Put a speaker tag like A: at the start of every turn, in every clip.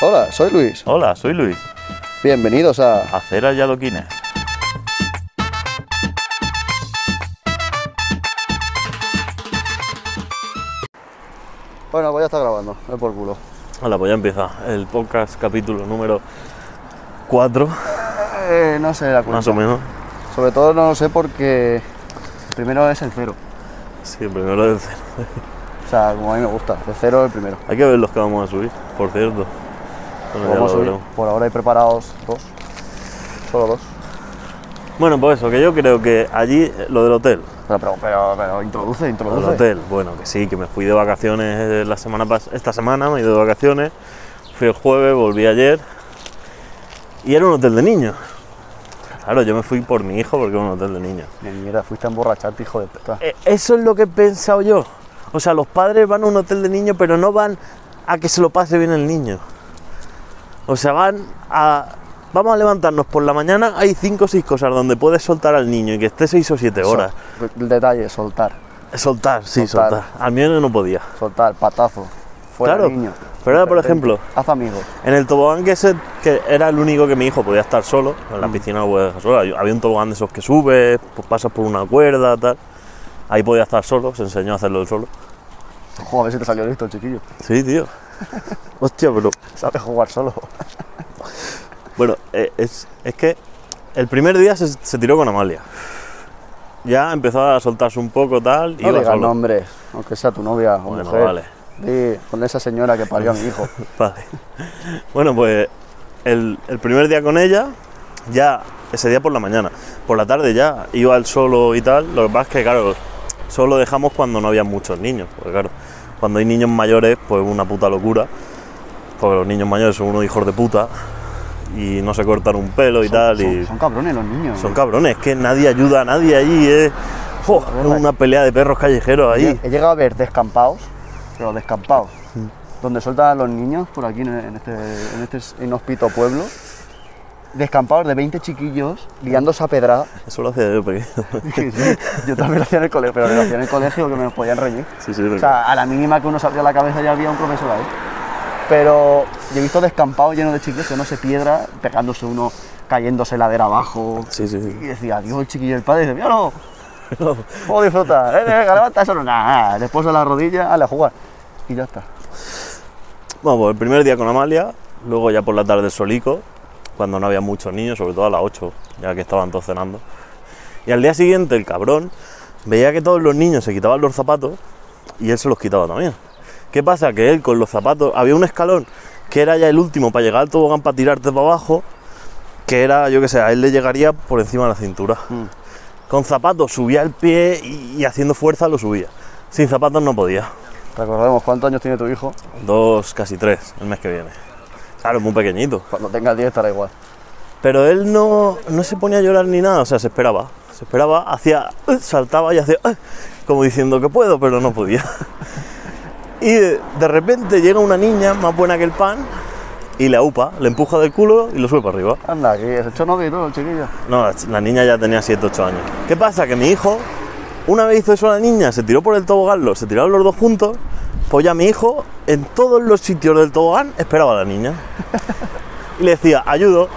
A: Hola, soy Luis.
B: Hola, soy Luis.
A: Bienvenidos a
B: Aceras y adoquines.
A: Bueno, pues ya está grabando, es por culo.
B: Hola, pues ya empieza el podcast capítulo número 4,
A: Eh, no sé la cuenta.
B: más o menos.
A: Sobre todo no lo sé porque primero es el cero.
B: Sí, el primero del cero.
A: O sea, como a mí me gusta, el cero es el primero.
B: Hay que ver los que vamos a subir, por cierto. Bueno, ya
A: Vamos a
B: lo
A: subir.
B: veremos.
A: Por ahora hay preparados dos. Solo dos.
B: Bueno, pues eso, que yo creo que allí eh, lo del hotel.
A: Pero, pero, pero, pero introduce,
B: Lo del
A: introduce.
B: hotel, bueno, que sí, que me fui de vacaciones eh, la semana pas- esta semana me he ido de vacaciones. Fui el jueves, volví ayer. Y era un hotel de niños. Claro, yo me fui por mi hijo porque era un hotel de niños.
A: De mierda, fuiste a emborracharte, hijo de puta.
B: Eh, Eso es lo que he pensado yo. O sea, los padres van a un hotel de niños, pero no van a que se lo pase bien el niño. O sea, van a. Vamos a levantarnos por la mañana. Hay cinco o seis cosas donde puedes soltar al niño y que esté seis o siete horas.
A: Sol- el detalle, soltar.
B: soltar, sí,
A: Soltar.
B: soltar. Al mío no podía.
A: Soltar, patazo. Fuera
B: Claro,
A: niño.
B: pero ahora, por
A: Ven,
B: ejemplo-
A: Haz amigos.
B: En el tobogán que, ese, que era el único que mi hijo podía estar solo, en la piscina lo podía dejar solo. Hay- Había un tobogán de esos que subes, pues pasas por una cuerda, tal. Ahí podía estar solo, se enseñó a hacerlo él solo.
A: Joder, a ver si te salió listo el chiquillo.
B: Sí, tío. Hostia, pero
A: Sabe jugar solo.
B: Bueno, eh, es, es que el primer día se, se tiró con Amalia. Ya empezó a soltarse un poco tal y
A: No
B: iba
A: digas
B: solo.
A: nombre, aunque sea tu novia o
B: Bueno,
A: mujer.
B: vale.
A: Di, con esa señora que parió a mi hijo.
B: Vale. Bueno, pues el, el primer día con ella, ya ese día por la mañana. Por la tarde ya iba él solo y tal. Lo que pasa es que, claro, solo lo dejamos cuando no había muchos niños. Porque, claro, cuando hay niños mayores, pues una puta locura. Porque los niños mayores son unos hijos de puta y no se cortan un pelo y tal. y
A: Son, son cabrones los niños.
B: Son cabrones, que nadie ayuda a nadie allí, es ¡Jo! es una pelea de perros callejeros ahí.
A: He, he llegado a ver descampados, pero descampados,
B: Mm.
A: donde sueltan a los niños por aquí en, en este, en este inhóspito pueblo. Descampados de 20 chiquillos liándose a pedrada.
B: Eso lo hacía yo pequeño.
A: Yo también lo hacía en el colegio, pero lo hacía en el colegio que me podían reñir.
B: Sí, sí,
A: O sea, a la mínima que uno salía la cabeza ya había un profesor ahí. Pero yo he visto descampados llenos de chiquillos, no se piedra, pegándose uno, cayéndose ladera abajo.
B: sí, sí, sí.
A: Y decía, Dios, el chiquillo el padre, dice, míralo, puedo disfrutar, eh, venga, levanta eso, nada, le puso la rodilla, a a jugar. Y ya está.
B: Bueno, pues el primer día con Amalia, luego ya por la tarde solico, cuando no había muchos niños, sobre todo a las 8, ya que estaban todos cenando. Y al día siguiente el cabrón veía que todos los niños se quitaban los zapatos y él se los quitaba también. ¿Qué pasa? Que él con los zapatos, había un escalón que era ya el último para llegar al tobogán para tirarte para abajo, que era, yo qué sé, a él le llegaría por encima de la cintura. Con zapatos subía el pie y, y haciendo fuerza lo subía. Sin zapatos no podía.
A: Recordemos cuántos años tiene tu hijo,
B: Dos, casi tres, el mes que viene. Claro, muy pequeñito.
A: cuando tenga 10 estará igual.
B: Pero él no, no se ponía a llorar ni nada, o sea, se esperaba. Se esperaba, hacía, "Eh", saltaba y hacía, "Eh", como diciendo que puedo, pero no podía. Y de, de repente llega una niña más buena que el pan y la upa, le empuja del culo y lo sube para arriba.
A: Anda, aquí, se echó novio y todo, el chiquillo.
B: No, la, ch- la niña ya tenía 7, 8 años. ¿Qué pasa? Que mi hijo, una vez hizo eso la niña, se tiró por el tobogán, los- se tiraron los dos juntos, pues ya mi hijo, en todos los sitios del tobogán, esperaba a la niña. Y le decía, ayudo,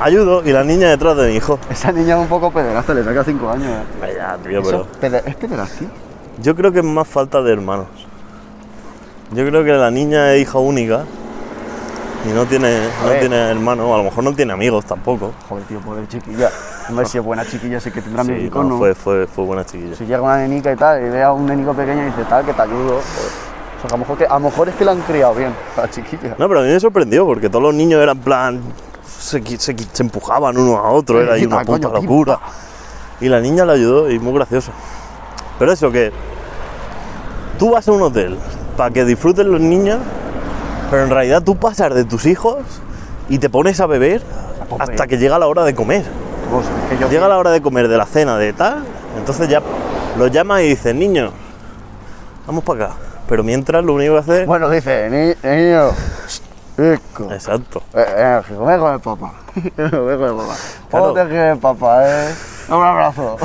B: ayudo, y la niña detrás de mi hijo.
A: Esa niña es un poco pederasta, le saca 5 años. eh.
B: Vaya, tío,
A: Eso
B: pero...
A: es pede- ¿Es pederasti?
B: Yo creo que es más falta de hermanos. Yo creo que la niña es hija única y no tiene, no
A: ver.
B: tiene hermanos, a lo mejor no tiene amigos tampoco.
A: Joder, tío, pobre chiquilla. Hombre, si es buena chiquilla, sí que tendrá mi
B: Sí, no,
A: icono.
B: fue, fue, fue buena chiquilla.
A: Si llega una nenica y tal, y ve a un nenico pequeño y dice tal, que te ayudo. joder. O sea, que a, lo mejor que, a lo mejor es que la han criado bien, la chiquilla.
B: No, pero a mí me sorprendió porque todos los niños eran en plan. Se, qui- se, qui- se empujaban uno a otro, era ahí una
A: Ah, coño,
B: puta
A: tío.
B: locura. Y la niña la ayudó y muy gracioso. Pero eso que. Tú vas a un hotel para que disfruten los niños, pero en realidad tú pasas de tus hijos y te pones a beber
A: comer.
B: hasta que llega la hora de comer.
A: Vos, Pues, es que yo
B: Llega la hora de comer de la cena de tal, entonces ya los llamas y dices, niño, vamos para acá. Pero mientras lo único que hace.
A: Bueno, dice, ni, niño, chico. Eh,
B: Exacto.
A: eh, que come con el papá. Que come con el papá. ¿Cómo
B: Claro.
A: te quieres, papá, eh? Dame Un abrazo.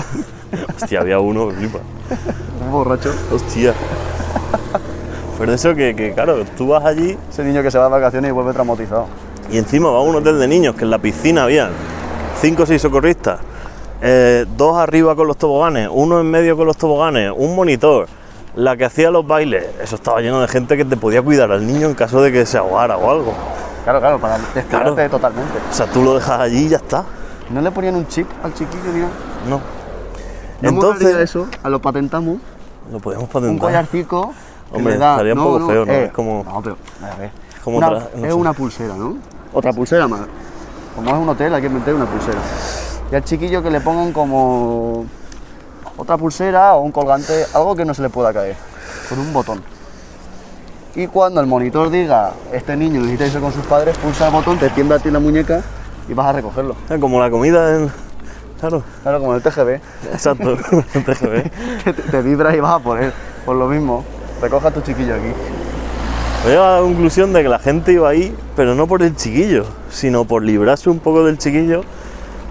B: Hostia, había uno, que flipa.
A: Un borracho.
B: Hostia. Pero de eso que, que, claro, tú vas allí
A: Ese niño que se va de vacaciones y vuelve traumatizado.
B: y encima va a un hotel de niños que en la piscina habían 5 o 6 socorristas, eh, dos arriba con los toboganes, uno en medio con los toboganes, un monitor, la que hacía los bailes. Eso estaba lleno de gente que te podía cuidar al niño en caso de que se ahogara o algo.
A: Claro, claro, para despegarte totalmente.
B: O sea, tú lo dejas allí y ya está.
A: ¿No le ponían un chip al chiquillo, mira?
B: No.
A: Entonces,
B: Entonces,
A: eso, a lo patentamos,
B: lo podemos
A: un
B: patentar.
A: collarcico. que
B: Hombre,
A: le da-
B: estaría un poco feo, ¿no?
A: eh,
B: Es como-
A: No, pero, a ver.
B: como
A: una,
B: otra-
A: es
B: no sé.
A: una pulsera, ¿no? Otra pulsera más. Como es un hotel, hay que meter una pulsera. Y al chiquillo que le pongan como otra pulsera o un colgante, algo que no se le pueda caer, con un botón. Y cuando el monitor diga, este niño necesita irse con sus padres, pulsa el botón, te tiembla a ti la muñeca y vas a recogerlo.
B: Ah, Como la comida en. Claro,
A: Claro, como en el TGV,
B: exacto. TGV.
A: que te, te vibra y vas a por él. Por lo mismo, recoja a tu chiquillo aquí.
B: Voy a la conclusión de que la gente iba ahí, pero no por el chiquillo, sino por librarse un poco del chiquillo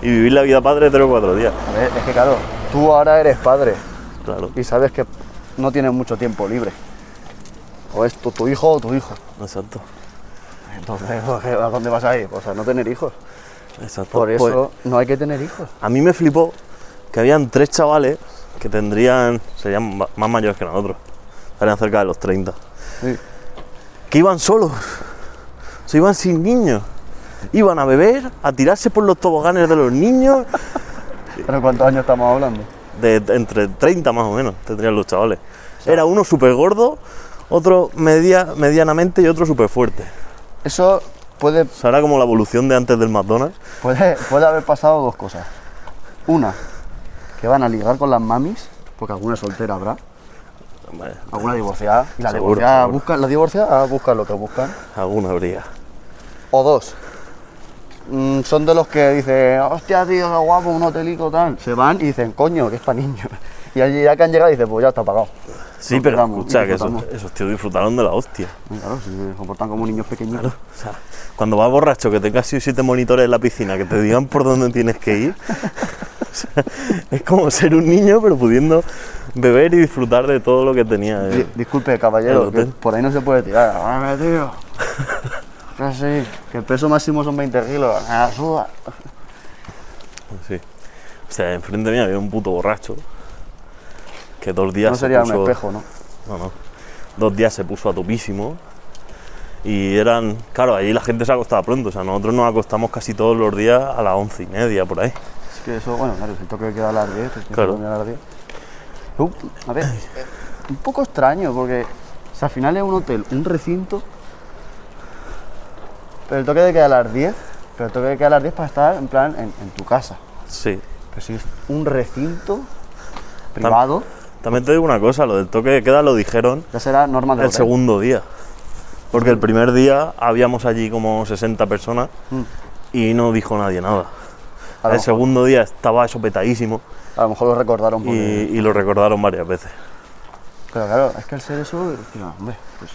B: y vivir la vida padre tres o cuatro días.
A: A ver, es que claro, tú ahora eres padre
B: Claro,
A: y sabes que no tienes mucho tiempo libre. O es tu, tu hijo o tu hijo.
B: exacto.
A: Entonces, ¿a dónde vas a ir? O sea, no tener hijos.
B: exacto.
A: Por
B: Pues,
A: eso no hay que tener hijos.
B: a mí me flipó que habían tres chavales que tendrían. serían ma- más mayores que nosotros. Estarían cerca de los 30.
A: Sí.
B: que iban solos, se iban sin niños, iban a beber, a tirarse por los toboganes de los niños,
A: ¿Pero cuántos años estamos hablando?
B: de, de entre 30 más o menos tendrían los chavales. Era uno súper gordo, otro media, medianamente y otro súper fuerte.
A: Eso puede,
B: O sea, era como la evolución de antes del McDonald's.
A: puede, puede haber pasado dos cosas. Una, que van a ligar con las mamis, porque alguna soltera habrá,
B: Hombre,
A: alguna divorciada. Y la
B: Seguro,
A: divorciada
B: seguro.
A: busca, la divorciada busca lo que buscan.
B: alguna habría.
A: O dos. Mm, son de los que dicen, hostia, tío, qué guapo, un hotelico tal. Se van y dicen, coño, que es para niños. Y allí ya que han llegado dicen, pues ya está pagado.
B: Sí, pero
A: Vamos,
B: escucha, que esos,
A: disfrutamos.
B: esos tíos disfrutaron de la hostia.
A: Y Claro, si se comportan como niños pequeños.
B: O sea, cuando vas borracho, que tengas seis o siete monitores en la piscina, que te digan por dónde tienes que ir, o sea, es como ser un niño, pero pudiendo beber y disfrutar de todo lo que tenía.
A: Di-
B: eh.
A: disculpe, caballero,
B: El
A: que
B: hotel.
A: por ahí no se puede tirar. Vale, tío. Que sí, que el peso máximo son 20 kilos. Me la suda.
B: Sí. O sea, enfrente mía había un puto borracho que dos días
A: No
B: se
A: sería un
B: puso-
A: espejo, ¿no?
B: No, no. Dos días se puso a topísimo. Y eran. Claro, allí la gente se acostaba pronto. O sea, nosotros nos acostamos casi todos los días a las once y media por ahí.
A: Es que eso, bueno, claro, si toque queda a las 10, pues,
B: Claro.
A: tengo que ir a las 10. Uh, a ver, eh, un poco extraño, porque si al final es un hotel, un recinto, pero el toque de queda a las 10, pero el toque de queda a las 10 para estar en plan en, en tu casa.
B: Sí.
A: Pero si es un recinto privado,
B: También te digo una cosa: lo del toque de queda lo dijeron
A: ya será normal de
B: el
A: hotel.
B: segundo día. Porque el primer día habíamos allí como 60 personas
A: Mm.
B: y no dijo nadie nada.
A: A lo
B: El segundo día estaba eso petadísimo
A: A lo mejor lo recordaron
B: y,
A: porque...
B: y lo recordaron varias veces.
A: Pero claro, es que al ser eso, decía, hombre, pues...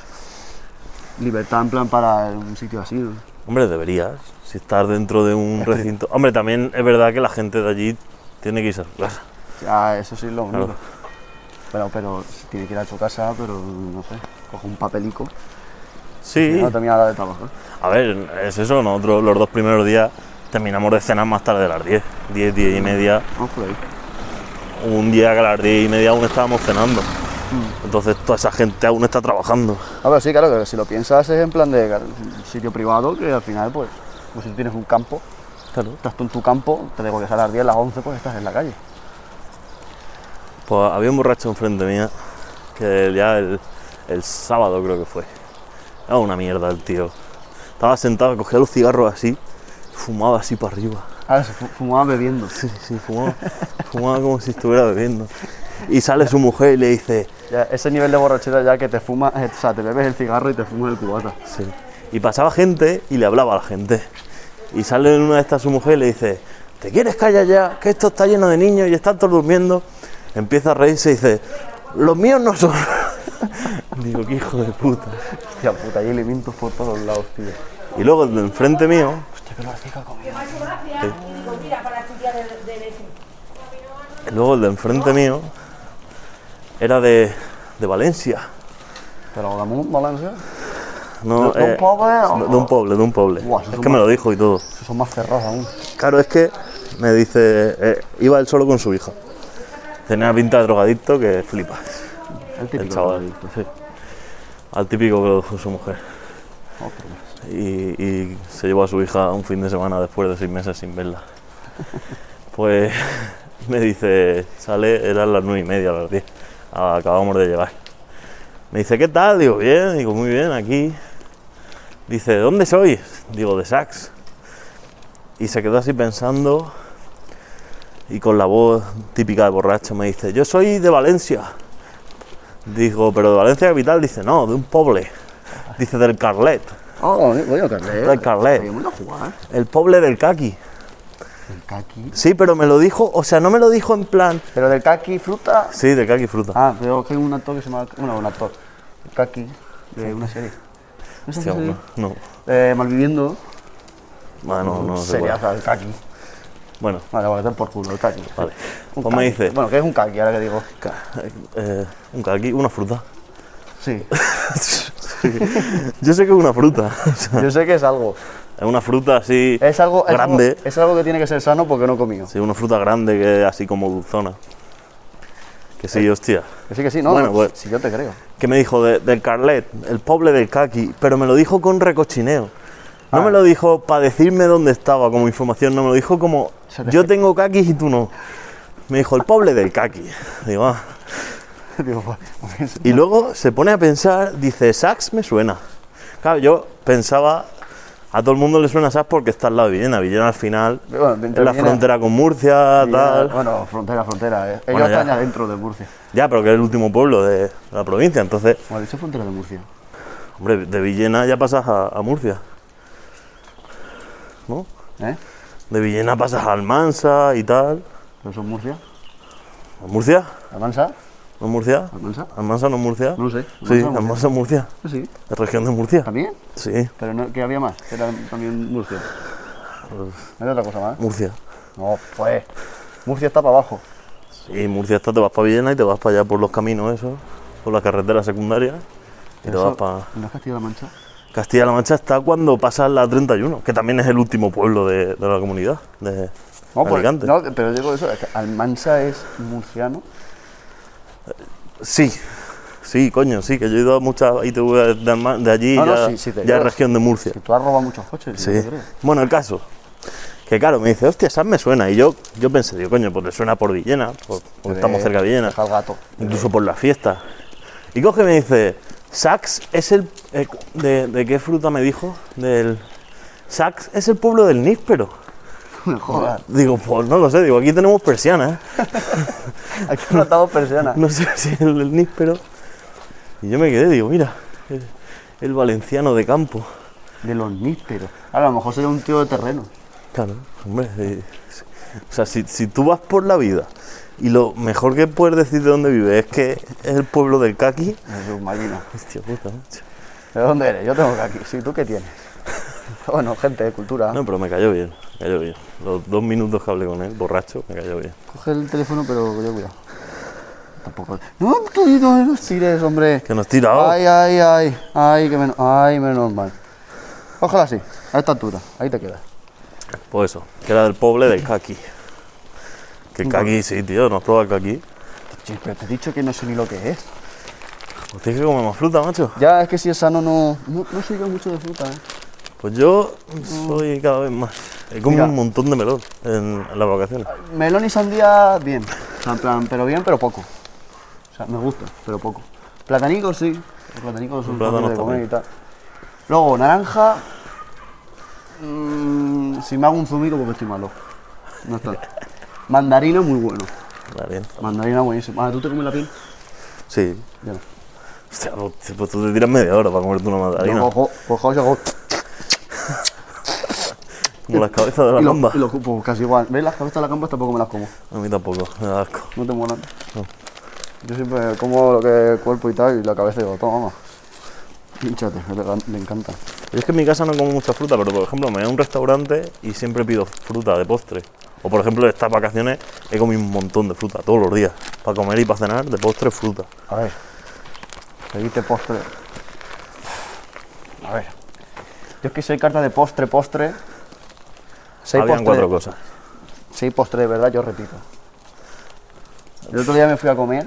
A: Libertad en plan para un sitio así, ¿no?
B: Hombre, deberías, si estás dentro de un recinto. Hombre, también es verdad que la gente de allí tiene que irse a su casa.
A: Ya, eso sí es lo único.
B: Claro.
A: Bueno, pero si tiene que ir a su casa, pero no sé, cojo un papelico.
B: Sí,
A: No termina la hora de trabajar.
B: a ver, es eso, nosotros los dos primeros días terminamos de cenar más tarde de las 10, 10, 10 y media.
A: Vamos por ahí.
B: Hubo Un día que a las 10 y media aún estábamos cenando. Entonces toda esa gente aún está trabajando.
A: Ah, pero sí, claro, que si lo piensas es en plan de claro, un sitio privado que al final, pues, pues si tú tienes un campo,
B: Claro.
A: estás tú en tu campo, te devuelves a las 10, a las 11, pues estás en la calle.
B: Pues había un borracho enfrente mía que ya el, el sábado creo que fue. Era una mierda el tío. Estaba sentado, cogía los cigarros así, fumaba así para arriba.
A: Ah, se fu- fumaba bebiendo.
B: Sí, sí, fumaba, fumaba como si estuviera bebiendo. Y sale su mujer y le dice,
A: Ya, ese nivel de borrachera ya que te fumas, eh, o sea, te bebes el cigarro y te fumas el cubata.
B: sí. Y pasaba gente y le hablaba a la gente. Y sale en una de estas su mujer y le dice, ¿te quieres callar ya? Que esto está lleno de niños y están todos durmiendo. Empieza a reírse y dice, los míos no son. Digo, qué hijo de puta.
A: Hostia puta, hay elementos por todos lados, tío.
B: Y luego el de enfrente mío,
A: Hostia, que lo hocico ha comido.
C: Y digo, Pues mira, para estudiar el derecho.
B: luego el de enfrente mío, era de, de Valencia.
A: Però damunt, València,
B: No, eh,
A: ¿De un poble o-
B: De un poble, de un poble.
A: Buah, eso
B: es
A: es
B: que
A: un-
B: me lo dijo y todo.
A: son más cerrados aún.
B: Claro, es que me dice, eh, iba él solo con su hija. Tenía pinta de drogadicto que flipa.
A: El típico.
B: El chaval, sí. Al típico que lo dejó su mujer.
A: Otro.
B: Y, y se llevó a su hija un fin de semana después de seis meses sin verla. Pues me dice, sale, eran las nueve y media, las diez. Ah, Acabamos de llegar. Me dice, ¿qué tal? Digo, bien, digo, muy bien, aquí. Dice, ¿de dónde sois? Digo, de Sax. Y se quedó así pensando y con la voz típica de borracho me dice, yo soy de Valencia. Digo, ¿pero de Valencia capital? Dice, no, de un poble. Dice, del Carlet.
A: Oh, coño, Carlet.
B: El Carlet.
A: Seguimos a jugar.
B: El poble del Kaki.
A: El caqui.
B: Sí, pero me lo dijo, o sea, no me lo dijo en plan.
A: Pero del caqui fruta.
B: Sí, del Kaki fruta.
A: Ah, veo que hay un actor que se llama. Bueno, un actor. El caqui de una serie. ¿No es
B: Hostia,
A: esa serie?
B: no, no,
A: Eh, malviviendo.
B: Ah, no, no sé cuál.
A: Seriaza, el caqui.
B: Bueno,
A: Vale, vale, ten por culo, el caqui.
B: vale.
A: Un
B: Pues me
A: caqui.
B: dice,
A: Bueno, ¿qué es un caqui ahora que digo?
B: ca- eh, un Kaki, una fruta.
A: Sí.
B: Yo sé que es una fruta. o sea,
A: Yo sé que es algo.
B: es una fruta así
A: Es algo. es algo-
B: grande.
A: es algo que tiene que ser sano porque no he comido.
B: Sí, una fruta grande que es así como dulzona. Que
A: Eh.
B: sí, hostia.
A: Que sí, que sí, no.
B: Bueno,
A: no,
B: pues-
A: Si yo te creo.
B: que me dijo de- del Carlet, el pobre del Kaki, pero me lo dijo con recochineo. No
A: Ah.
B: me lo dijo para decirme dónde estaba como información, no me lo dijo como
A: Se te-
B: yo tengo Kakis y tú no. Me dijo el pobre del Kaki. Digo, ah.
A: Digo, pues,
B: Y luego se pone a pensar, dice, Sax me suena. Claro, yo pensaba, a todo el mundo le suena Sax porque está al lado de Villena. Villena al final
A: Bueno,
B: es
A: dentro de
B: la
A: Villena-
B: frontera con Murcia,
A: Y ya-
B: tal.
A: Bueno, frontera, frontera. eh. Ellos
B: Bueno, ya.
A: están ya dentro de Murcia.
B: Ya, pero que es el último pueblo de la provincia. Entonces,
A: Como he dicho, frontera de Murcia.
B: hombre, de Villena ya pasas a, a Murcia. ¿No?
A: ¿Eh?
B: De Villena pasas a Almansa y tal.
A: Pero son Murcia.
B: ¿A Murcia?
A: ¿Almansa?
B: ¿No es Murcia?
A: ¿Almansa?
B: ¿Almansa no es Murcia?
A: No sé.
B: Sí,
A: Almansa, Murcia.
B: Almansa es Murcia.
A: Sí.
B: ¿La región de Murcia?
A: ¿También?
B: Sí,
A: Pero no, que había más. que Era también Murcia.
B: Pues
A: ¿No hay otra cosa más?
B: Murcia.
A: No, pues. Murcia está para abajo.
B: Sí, Murcia está, te vas para Villena y te vas para allá por los caminos eso, por la carretera secundaria y te
A: Eso-
B: vas para...
A: ¿No es Castilla-La Mancha?
B: Castilla-La Mancha está cuando pasas la 31, que también es el último pueblo de, de la comunidad, de
A: No, pues,
B: Alicante.
A: no, pero digo eso. es que Almansa es murciano.
B: Sí, sí, coño, sí, que yo he ido a muchas ITV de, Alma- de allí
A: No, Ah, no,
B: ya,
A: sí, sí, te
B: ya es
A: creo.
B: región de Murcia.
A: Que tú has robado muchos coches.
B: Sí.
A: yo te creo.
B: Bueno, el caso. Que claro, me dice, hostia, Sam me suena. Y yo, yo pensé, digo, coño, pues le suena por Villena, por- porque estamos
A: Eh,
B: cerca de Villena,
A: deja al gato.
B: incluso por la fiesta. Y coge y me dice, Sax es el. eh, cu- de, de qué fruta me dijo? Del. Sax es el pueblo del níspero.
A: Me jodas.
B: Digo, pues no lo sé, digo, aquí tenemos persianas. ¿eh?
A: Aquí han matado personas.
B: No sé si es el, del níspero. Y yo me quedé, digo, mira, el, el valenciano de campo.
A: De los nísperos. A lo mejor sería un tío de terreno.
B: Claro, hombre. eh, si- o sea, si, si tú vas por la vida y lo mejor que puedes decir de dónde vives es que es el pueblo del Kaki.
A: Es un máquina.
B: Hostia puta, macho.
A: ¿De dónde eres? Yo tengo que aquí. Sí, ¿tú qué tienes? bueno, gente de cultura.
B: No, pero me cayó bien, me cayó bien. Los dos minutos que hablé con él, borracho, me cayó bien.
A: Coge el teléfono, pero yo cuidado. Tampoco. No, tú no nos tires, hombre.
B: Que nos tirado.
A: Ay, ay, ay. Ay, que menos. Ay, menos mal. Ojalá así, a esta altura. Ahí te quedas.
B: Pues eso, que era del pueblo del Kaki. Que el Kaki, sí, tío, nos prueba el Kaki.
A: Sí, pero te he dicho que no sé ni lo que es.
B: Pues tienes que comer más fruta, macho.
A: Ya, es que si es sano no. No, no soy yo mucho de fruta, ¿eh?
B: Pues yo soy cada vez más. He comido
A: Mira.
B: un montón de melón en, en las vacaciones.
A: Melón y sandía, bien. O sea, en plan, pero bien, pero poco. O sea, me gusta, pero poco. Platanicos, sí. Los platanicos son
B: plátanos
A: fáciles de comer y
B: también.
A: tal. Luego, naranja. mm, si me hago un zumito porque estoy malo. No está. Mandarina, muy bueno.
B: Está bien.
A: Mandarina, buenísimo. Ah, ¿tú te comes la piel?
B: Sí,
A: Yo no.
B: Hostia, pues, pues tú te tiras media hora para comerte una
A: Yo
B: mandarina.
A: cojo, cojo, yo cojo.
B: como las cabezas de la
A: Y lo,
B: gamba.
A: y lo ocupo casi igual. ¿Ves? Las cabezas de la gamba tampoco me las como.
B: A mí tampoco, me da asco.
A: No te molan. Yo siempre como lo que es cuerpo y tal, y la cabeza digo, toma, mamá. Hinchate, que le, le encanta.
B: Yo es que en mi casa no como mucha fruta, pero por ejemplo me voy a un restaurante y siempre pido fruta de postre. O por ejemplo estas vacaciones he comido un montón de fruta todos los días. Para comer y para cenar de postre fruta.
A: A ver, pediste postre A ver. Yo es que soy carta de postre, postre. Soy
B: Habían
A: postre
B: cuatro
A: de-
B: cosas.
A: Sí, postre de verdad, yo repito. El otro día me fui a comer,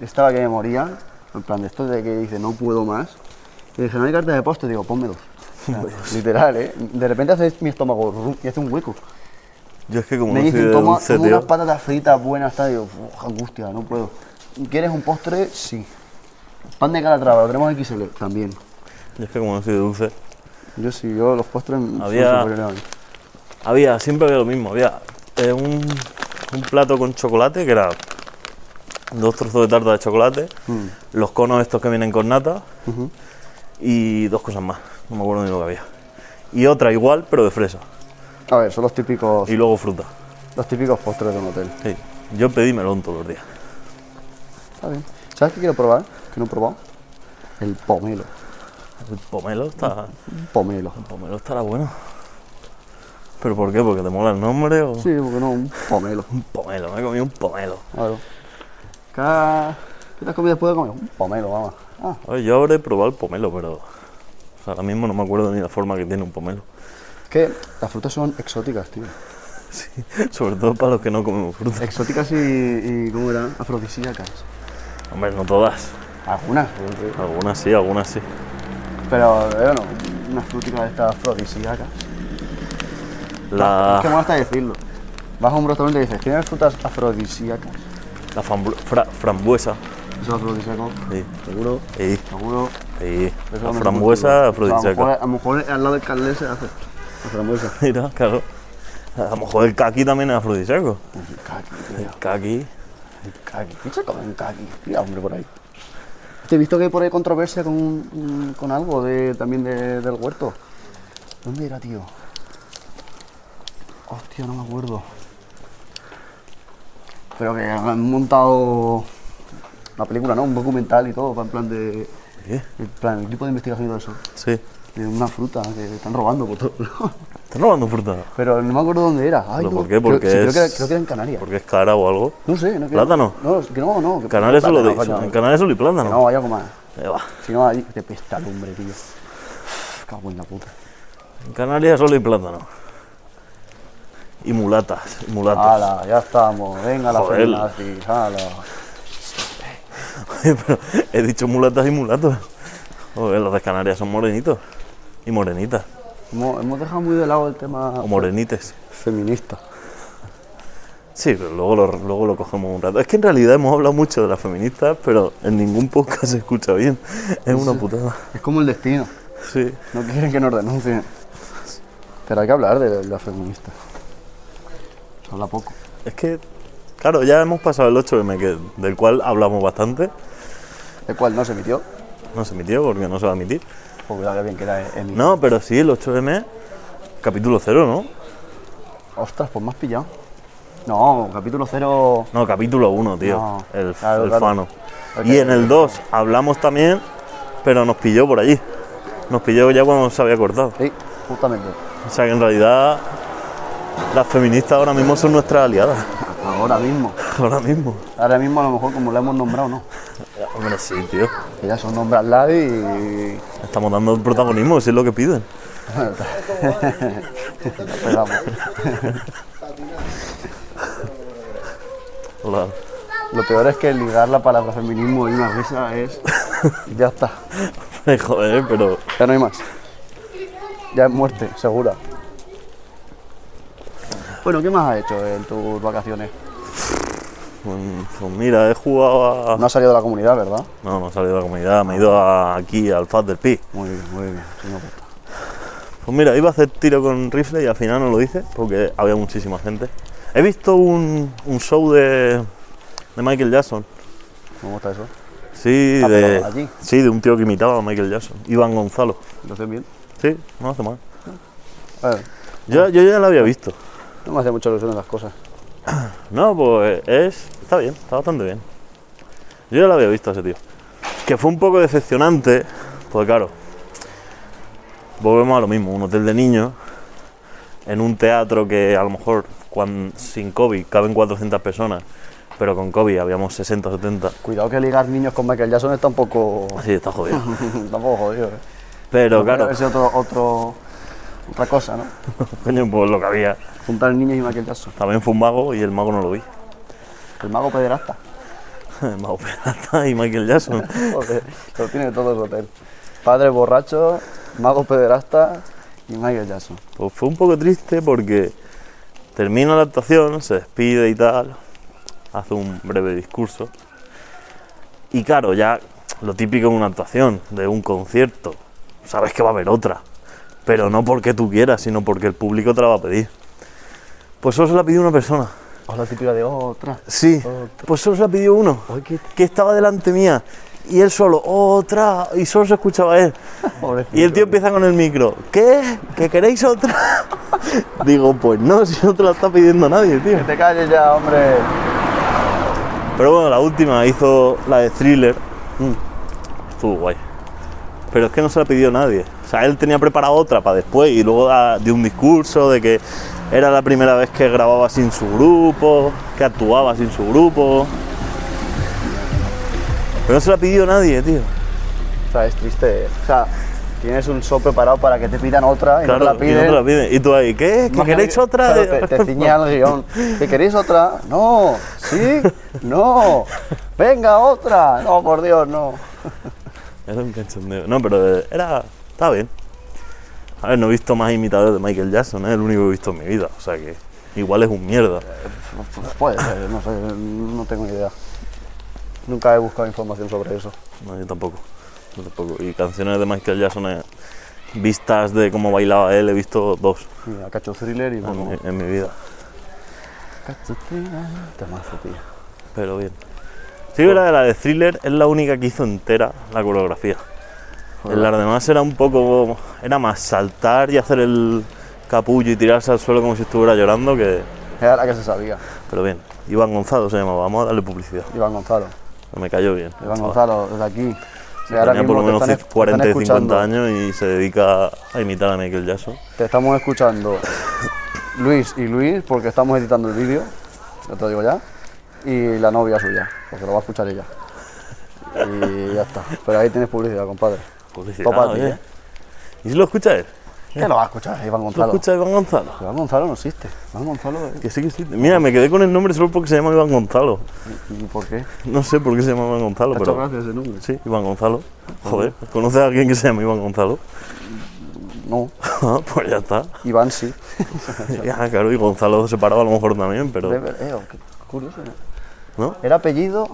A: estaba que me moría, en plan de esto de que dice no puedo más. Y dije, no hay cartas de postre, digo, ponme dos. O sea, literal, ¿eh? De repente hace mi estómago ru- y hace un hueco.
B: Yo es que como
A: Me
B: no soy
A: dicen,
B: de
A: toma
B: dulce,
A: unas
B: tío.
A: patatas fritas buenas, tal, y digo, "Uf, angustia, no puedo. ¿Quieres un postre? Sí. Pan de calatrava, lo tenemos en XL, también.
B: Yo es que como no soy de dulce.
A: Yo sí, yo los postres son
B: Había-
A: superiores a mí.
B: Había, siempre había lo mismo. Había eh, un, un plato con chocolate que era dos trozos de tarta de chocolate, los conos estos que vienen con nata y dos cosas más. No me acuerdo ni lo que había. Y otra igual, pero de fresa.
A: A ver, son los típicos,
B: Y luego fruta.
A: los típicos postres de un hotel.
B: Sí. Yo pedí melón todos los días.
A: Está bien. ¿Sabes qué quiero probar? Que no he probado. El pomelo.
B: El pomelo está,
A: Un Pomelo.
B: el pomelo estará bueno. ¿Pero por qué? ¿Porque te mola el nombre? O...
A: Sí, porque no, un pomelo.
B: Un pomelo, me he comido un pomelo.
A: Claro. Cada- ¿Qué te has comido después de comer? Un pomelo, vamos. Ah,
B: A ver, yo habré probado el pomelo, pero o sea, ahora mismo no me acuerdo ni la forma que tiene un pomelo.
A: es que las frutas son exóticas, tío.
B: Sobre todo para los que no comemos fruta.
A: Exóticas y, y ¿cómo era? Afrodisíacas.
B: Hombre, no todas.
A: Algunas, yo creo.
B: Algunas sí, algunas sí.
A: pero eh, bueno, unas fruticas de estas afrodisíacas. Es que
B: La,
A: bueno hasta decirlo. Vas a un restaurante y dices, ¿tienes frutas afrodisíacas?
B: la fambru- fra- frambuesa.
A: Eso es afrodisíaco.
B: Sí.
A: Seguro,
B: Sí,
A: seguro.
B: sí.
A: Eso
B: La
A: me
B: frambuesa
A: gusta. A lo,
B: afrodisíaca.
A: mejor, a lo mejor al lado del caldés se hace la frambuesa.
B: Mira, claro. A lo mejor el kaki también es afrodisíaco.
A: El caqui, tío,
B: El kaki.
A: el caqui. ¿Quién se come un caqui? Mira, hombre, por ahí. Te he visto que hay por ahí controversia con, un- con algo de, también de- del huerto. ¿Dónde era, tío? Hostia, no me acuerdo. Pero que han montado una película, ¿no? Un documental y todo, en plan de...
B: ¿Qué?
A: En plan, el tipo de investigación y todo eso.
B: Sí.
A: De una fruta que están robando por todo.
B: ¿Estás robando fruta?
A: Pero no me acuerdo dónde era. Ay,
B: ¿Pero
A: no.
B: por qué? Porque
A: creo, sí, creo que era,
B: es-
A: creo que era en Canarias.
B: Porque es cara o algo.
A: No sé, no que-
B: ¿Plátano?
A: No, que no, no. que-
B: Canales solo
A: plátano,
B: de
A: plátano.
B: En Canales solo y plátano.
A: No, hay algo más.
B: Eh, va.
A: Si no, ahí te pesta el hombre, tío. Cago en la puta.
B: En Canarias solo y plátano. Y mulatas. Y mulatas.
A: Hala, ya estamos. Venga la
B: Joder.
A: feminazis, hala.
B: Pero he dicho mulatas y mulatos. Joder, los de Canarias son morenitos. Y morenitas.
A: Hemos, hemos dejado muy de lado el tema
B: O morenites.
A: feminista.
B: Sí, pero luego lo, luego lo cogemos un rato. Es que en realidad hemos hablado mucho de las feministas, pero en ningún podcast se escucha bien. Es una putada.
A: Es como el destino.
B: Sí.
A: No quieren que nos denuncien. Pero hay que hablar de, de las feministas. Se habla poco.
B: Es que, claro, ya hemos pasado el 8M, que, del cual hablamos bastante.
A: El cual no se emitió.
B: No se emitió porque no se va a emitir.
A: Porque había bien que era en
B: No, pero sí, el 8M, capítulo 0, ¿no?
A: Ostras, pues más pillado. No, capítulo cero.
B: No, capítulo 1, tío.
A: No,
B: el
A: claro,
B: el
A: claro.
B: Fano.
A: Ok.
B: Y en el 2 hablamos también, pero nos pilló por allí. Nos pilló ya cuando se había cortado.
A: Sí, justamente.
B: O sea que en realidad las feministas ahora mismo son nuestras aliadas.
A: Ahora mismo.
B: Ahora mismo.
A: Ahora mismo a lo mejor como la hemos nombrado, ¿no?
B: Hombre, sí, tío.
A: Que ya son nombres al lado y
B: Estamos dando protagonismo, si es lo que piden.
A: nos pegamos.
B: Hola.
A: Lo peor es que ligar la palabra feminismo y una risa es... Ya está,
B: Joder, pero
A: ya no hay más. Ya es muerte, segura. Bueno, ¿qué más has hecho en tus vacaciones?
B: mm, pues mira, he jugado a...
A: No has salido de la comunidad, ¿verdad?
B: No, no he salido de la comunidad, me he ido a- aquí al Fat del Pi.
A: Muy bien, muy bien. sí me gusta.
B: Pues mira, iba a hacer tiro con rifle y al final no lo hice porque había muchísima gente. He visto un, un show de, de Michael Jackson.
A: Me gusta eso.
B: Sí,
A: Ah, pero
B: de,
A: allí.
B: sí, de un tío que imitaba a Michael Jackson. Iván Gonzalo.
A: Lo haces bien.
B: Sí, no hace mal.
A: A ver,
B: Yo, yo ya lo había visto.
A: no me hace mucha ilusión esas cosas.
B: No, pues es. Está bien, está bastante bien. Yo ya lo había visto a ese tío. Que fue un poco decepcionante, porque claro, volvemos a lo mismo, un hotel de niños, en un teatro que a lo mejor cuan- sin COVID caben 400 personas, pero con COVID habíamos 60 o 70.
A: Cuidado que ligar niños con Michael Jackson está un poco...
B: Así Pues está jodido.
A: Está un poco jodido, ¿eh?
B: Pero
A: Podría
B: claro,
A: haber sido otro, otro, otra cosa, ¿no?
B: coño, pues lo que había.
A: Juntar niños y Michael Jackson.
B: También fue un mago y el mago no lo vi.
A: El mago pederasta.
B: El mago Peralta y Michael Jackson.
A: Joder, lo tiene todo el hotel. Padre borracho, mago pederasta y Michael Jackson.
B: Pues fue un poco triste porque termina la actuación, se despide y tal, hace un breve discurso. Y claro, ya lo típico en una actuación, de un concierto, sabes que va a haber otra, pero no porque tú quieras, sino porque el público te la va a pedir. Pues solo se la pidió una persona.
A: O la típica de "Oh, otra.
B: Sí, pues solo se la pidió uno, que estaba delante mía. Y él solo, otra, y solo se escuchaba él.
A: Pobrecito.
B: Y el tío empieza con el micro. ¿Qué? ¿Que queréis otra? Digo, pues no, si no te la está pidiendo nadie, tío.
A: Que te calles ya, hombre.
B: Pero bueno, la última hizo la de thriller. Mm, Estuvo guay. Pero es que no se la pidió nadie. O sea, él tenía preparada otra para después y luego da- dio un discurso de que era la primera vez que grababa sin su grupo, que actuaba sin su grupo. Pero no se la pidió nadie, tío.
A: O sea, es triste. ¿eh? O sea, tienes un show preparado para que te pidan otra y no te la
B: y no
A: piden.
B: te la piden. Y tú ahí, ¿qué? ¿Que
A: Imagina
B: queréis
A: que-
B: otra? Eh,
A: claro, te, te ciñe al guión. ¿Que queréis otra? No. ¿Sí? No. Venga, otra. No, por Dios, no.
B: Era un cachondeo. No, pero eh, era. Estaba bien. A ver, no he visto más imitadores de Michael Jackson, ¿eh? es el único que he visto en mi vida. O sea que igual es un mierda.
A: Pues puede ser, no sé, no tengo ni idea. Nunca he buscado información sobre eso.
B: No, yo tampoco. Yo tampoco. Y canciones de Michael Jackson eh, vistas de cómo bailaba él, he visto dos
A: Mira, cacho thriller y
B: en,
A: bueno.
B: mi- en mi vida.
A: Cacho thriller. Temazo, tío.
B: Pero bien. Sí, que la de la de thriller es la única que hizo entera la coreografía. En las demás era un poco. Era más saltar y hacer el capullo y tirarse al suelo como si estuviera llorando que.
A: Era la que se sabía.
B: Pero bien, Iván Gonzalo se llamaba, vamos a darle publicidad.
A: Iván Gonzalo.
B: Me cayó bien.
A: Iván
B: chaval.
A: Gonzalo, desde aquí. Si ahora
B: Tenía
A: mismo
B: por lo
A: te
B: menos
A: están es- te
B: 40
A: están
B: y 50
A: escuchando,
B: años y se dedica a imitar a Michael Jackson.
A: Te estamos escuchando Luis y Luis porque estamos editando el vídeo, ya te lo digo ya, y la novia suya, porque lo va a escuchar ella. Y ya está. Pero ahí tienes publicidad, compadre.
B: Publicidad,
A: Topa a ti,
B: oye.
A: ¿eh?
B: ah, ¿Y si lo escucha él?
A: ¿Qué lo va a escuchar, Iván
B: ¿Lo
A: Gonzalo?
B: escucha Iván Gonzalo?
A: Iván Gonzalo no existe. Iván Gonzalo, eh,
B: Que sí, que sí. Mira, me quedé con el nombre solo porque se llama Iván Gonzalo.
A: ¿y por qué?
B: No sé por qué se llama Iván Gonzalo,
A: Muchas
B: pero...
A: gracias ese nombre.
B: Sí, Iván Gonzalo. Joder, ¿conoces a alguien que se llama Iván Gonzalo?
A: No,
B: Ah, pues ya está.
A: Iván sí.
B: Ya, claro, y Gonzalo separado a lo mejor también, pero...
A: Debe- eh, oh, qué curioso. ¿no?
B: ¿No?
A: Era apellido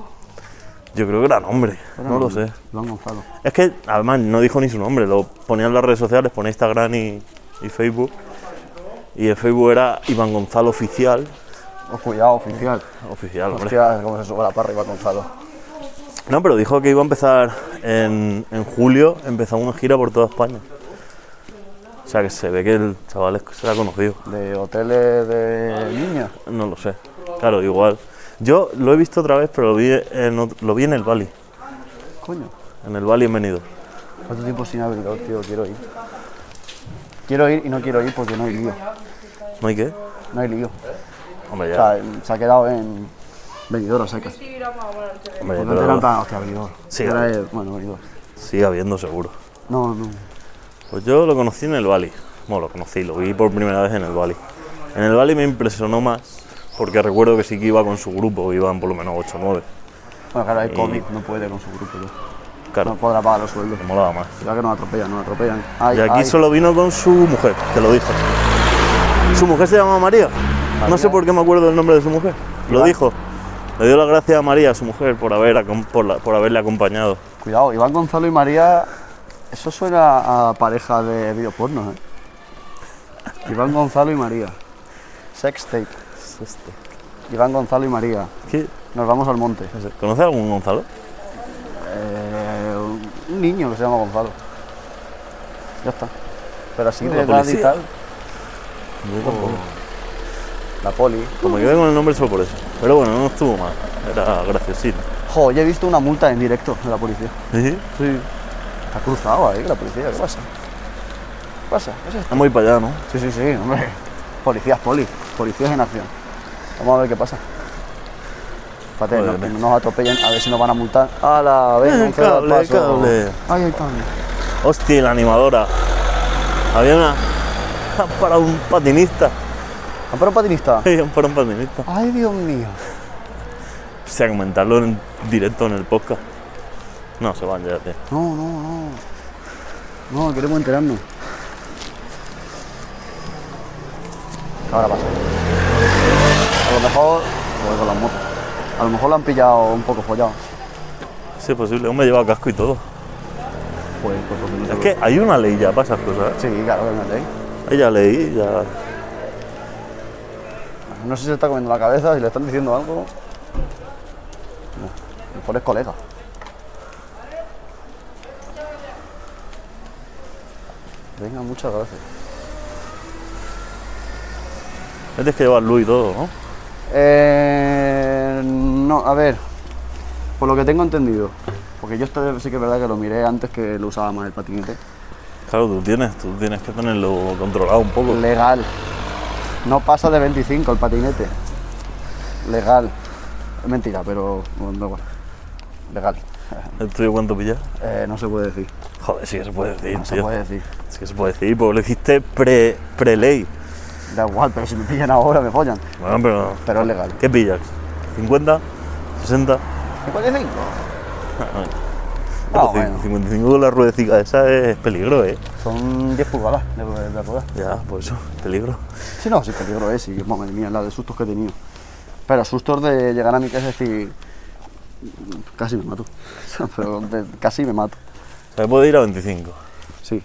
B: Yo creo que era nombre, no lo sé.
A: Iván Gonzalo.
B: Es que además no dijo ni su nombre, lo ponía en las redes sociales, ponía Instagram y, y Facebook. Y el Facebook era Iván Gonzalo Oficial.
A: Oh, cuidado, oficial.
B: Oficial, hombre.
A: Hostia, cómo se sube la parra Iván Gonzalo.
B: No, pero dijo que iba a empezar en, en julio, empezaba una gira por toda España. O sea que se ve que el chaval es- será conocido.
A: De hoteles de niños.
B: No lo sé. Claro, igual. Yo lo he visto otra vez, pero lo vi en, ot- lo vi en el Bali.
A: Coño.
B: En el Bali en Benidorm.
A: ¿Cuánto tiempo sin haber ido, tío? Quiero ir. Quiero ir y no quiero ir porque no hay lío.
B: ¿No hay qué?
A: No hay lío.
B: Hombre,
A: O
B: ya.
A: sea, se ha quedado en Benidorm a secas.
B: hombre,
A: Pues no te
B: pero
A: eran tan hostia, Benidorm.
B: Sí.
A: Era de- bueno, Benidorm.
B: sigue habiendo seguro.
A: No, no.
B: Pues yo lo conocí en el Bali. Bueno, lo conocí, lo vi por primera vez en el Bali. En el Bali me impresionó más porque recuerdo que sí que iba con su grupo, iban por lo menos 8 o 9.
A: Bueno, claro, hay COVID, no puede con su grupo. tío. No
B: Claro,
A: podrá pagar los sueldos.
B: me molaba más.
A: Ya que nos atropellan, nos atropellan. Ay,
B: Y aquí
A: ay.
B: solo vino con su mujer, te lo dijo. Su mujer se llama María. No sé por qué me acuerdo el nombre de su mujer. Lo dijo. Le dio las gracias a María, a su mujer, por, haber, acom- por, la- por haberle acompañado.
A: Cuidado, Iván Gonzalo y María, eso suena a pareja de videopornos, ¿eh? Iván Gonzalo y María. Sex tape. Iván Gonzalo y María.
B: ¿Qué?
A: Nos vamos al monte.
B: No sé. ¿Conoces algún Gonzalo?
A: Eh, un niño que se llama Gonzalo. Ya está. Pero así
B: La
A: de edad y
B: policía.
A: tal. La poli.
B: Como me quedé con el nombre solo por eso. Pero bueno, no estuvo mal. Era graciosito.
A: Jo, ya he visto una multa en directo de la policía.
B: ¿Sí?
A: Sí. Está cruzado ahí la policía, ¿qué pasa? ¿Qué pasa? ¿Qué es esto?
B: Vamos a ir para allá, ¿no?
A: Sí, sí, sí, hombre. Policías, poli. Policías en acción. Vamos a ver qué pasa. Espérate, no,
B: Joder,
A: que
B: me-
A: no nos atropellen, a ver si nos van a multar. ¡Hala! Venga, un
B: cable,
A: pedazo.
B: cable.
A: Ay, ay, cable.
B: Hostia, y la animadora. Había una. para un patinista.
A: ¿Han parado un patinista?
B: para un patinista.
A: Ay, Dios mío.
B: O sea, comentarlo en directo en el podcast. No, se van ya, tío.
A: No, no, no. No, queremos enterarnos. Ahora pasa. A lo mejor. Joder, con las motos. A lo mejor lo han pillado un poco follado.
B: Si es posible, hombre, lleva casco y todo.
A: Pues, pues, pues, no sé
B: Es que hay una ley ya para esas cosas.
A: Sí, claro, que no es ley.
B: ¿eh? Hay ya ley, ya.
A: No sé si se está comiendo la cabeza, si le están diciendo algo. No, a lo mejor es colega. Venga, muchas gracias.
B: Ya Tienes que llevar luz y todo, ¿no?
A: Eh, no, a ver, por lo que tengo entendido, porque yo esto sí que es verdad que lo miré antes que lo usaba más el patinete.
B: Claro, tú tienes, tú tienes que tenerlo controlado un poco.
A: Legal. No pasa de 25 el patinete. Legal. Es mentira, pero bueno, da igual. Legal.
B: ¿El tuyo cuánto pillas?
A: Eh, no se puede decir.
B: Joder, sí que se puede decir,
A: No se
B: tío.
A: puede decir.
B: Sí que se puede decir, porque lo hiciste pre- pre-ley.
A: Da igual, pero si me pillan ahora me follan.
B: bueno, pero.
A: Pero es legal.
B: ¿Qué pillas? ¿50? ¿60?
A: 55.
B: Ah,
A: Ah, bueno.
B: 55 con la ruedecica esa es peligro, ¿eh?
A: Son 10 pulgadas de, de rueda.
B: Ya, por eso, peligro.
A: Sí, no, sí, peligro es, y madre mía, la de sustos que he tenido. Pero sustos de llegar a mi casa y decir, casi me mato. Pero de- casi me mato,
B: O sea, puede ir a 25.
A: sí.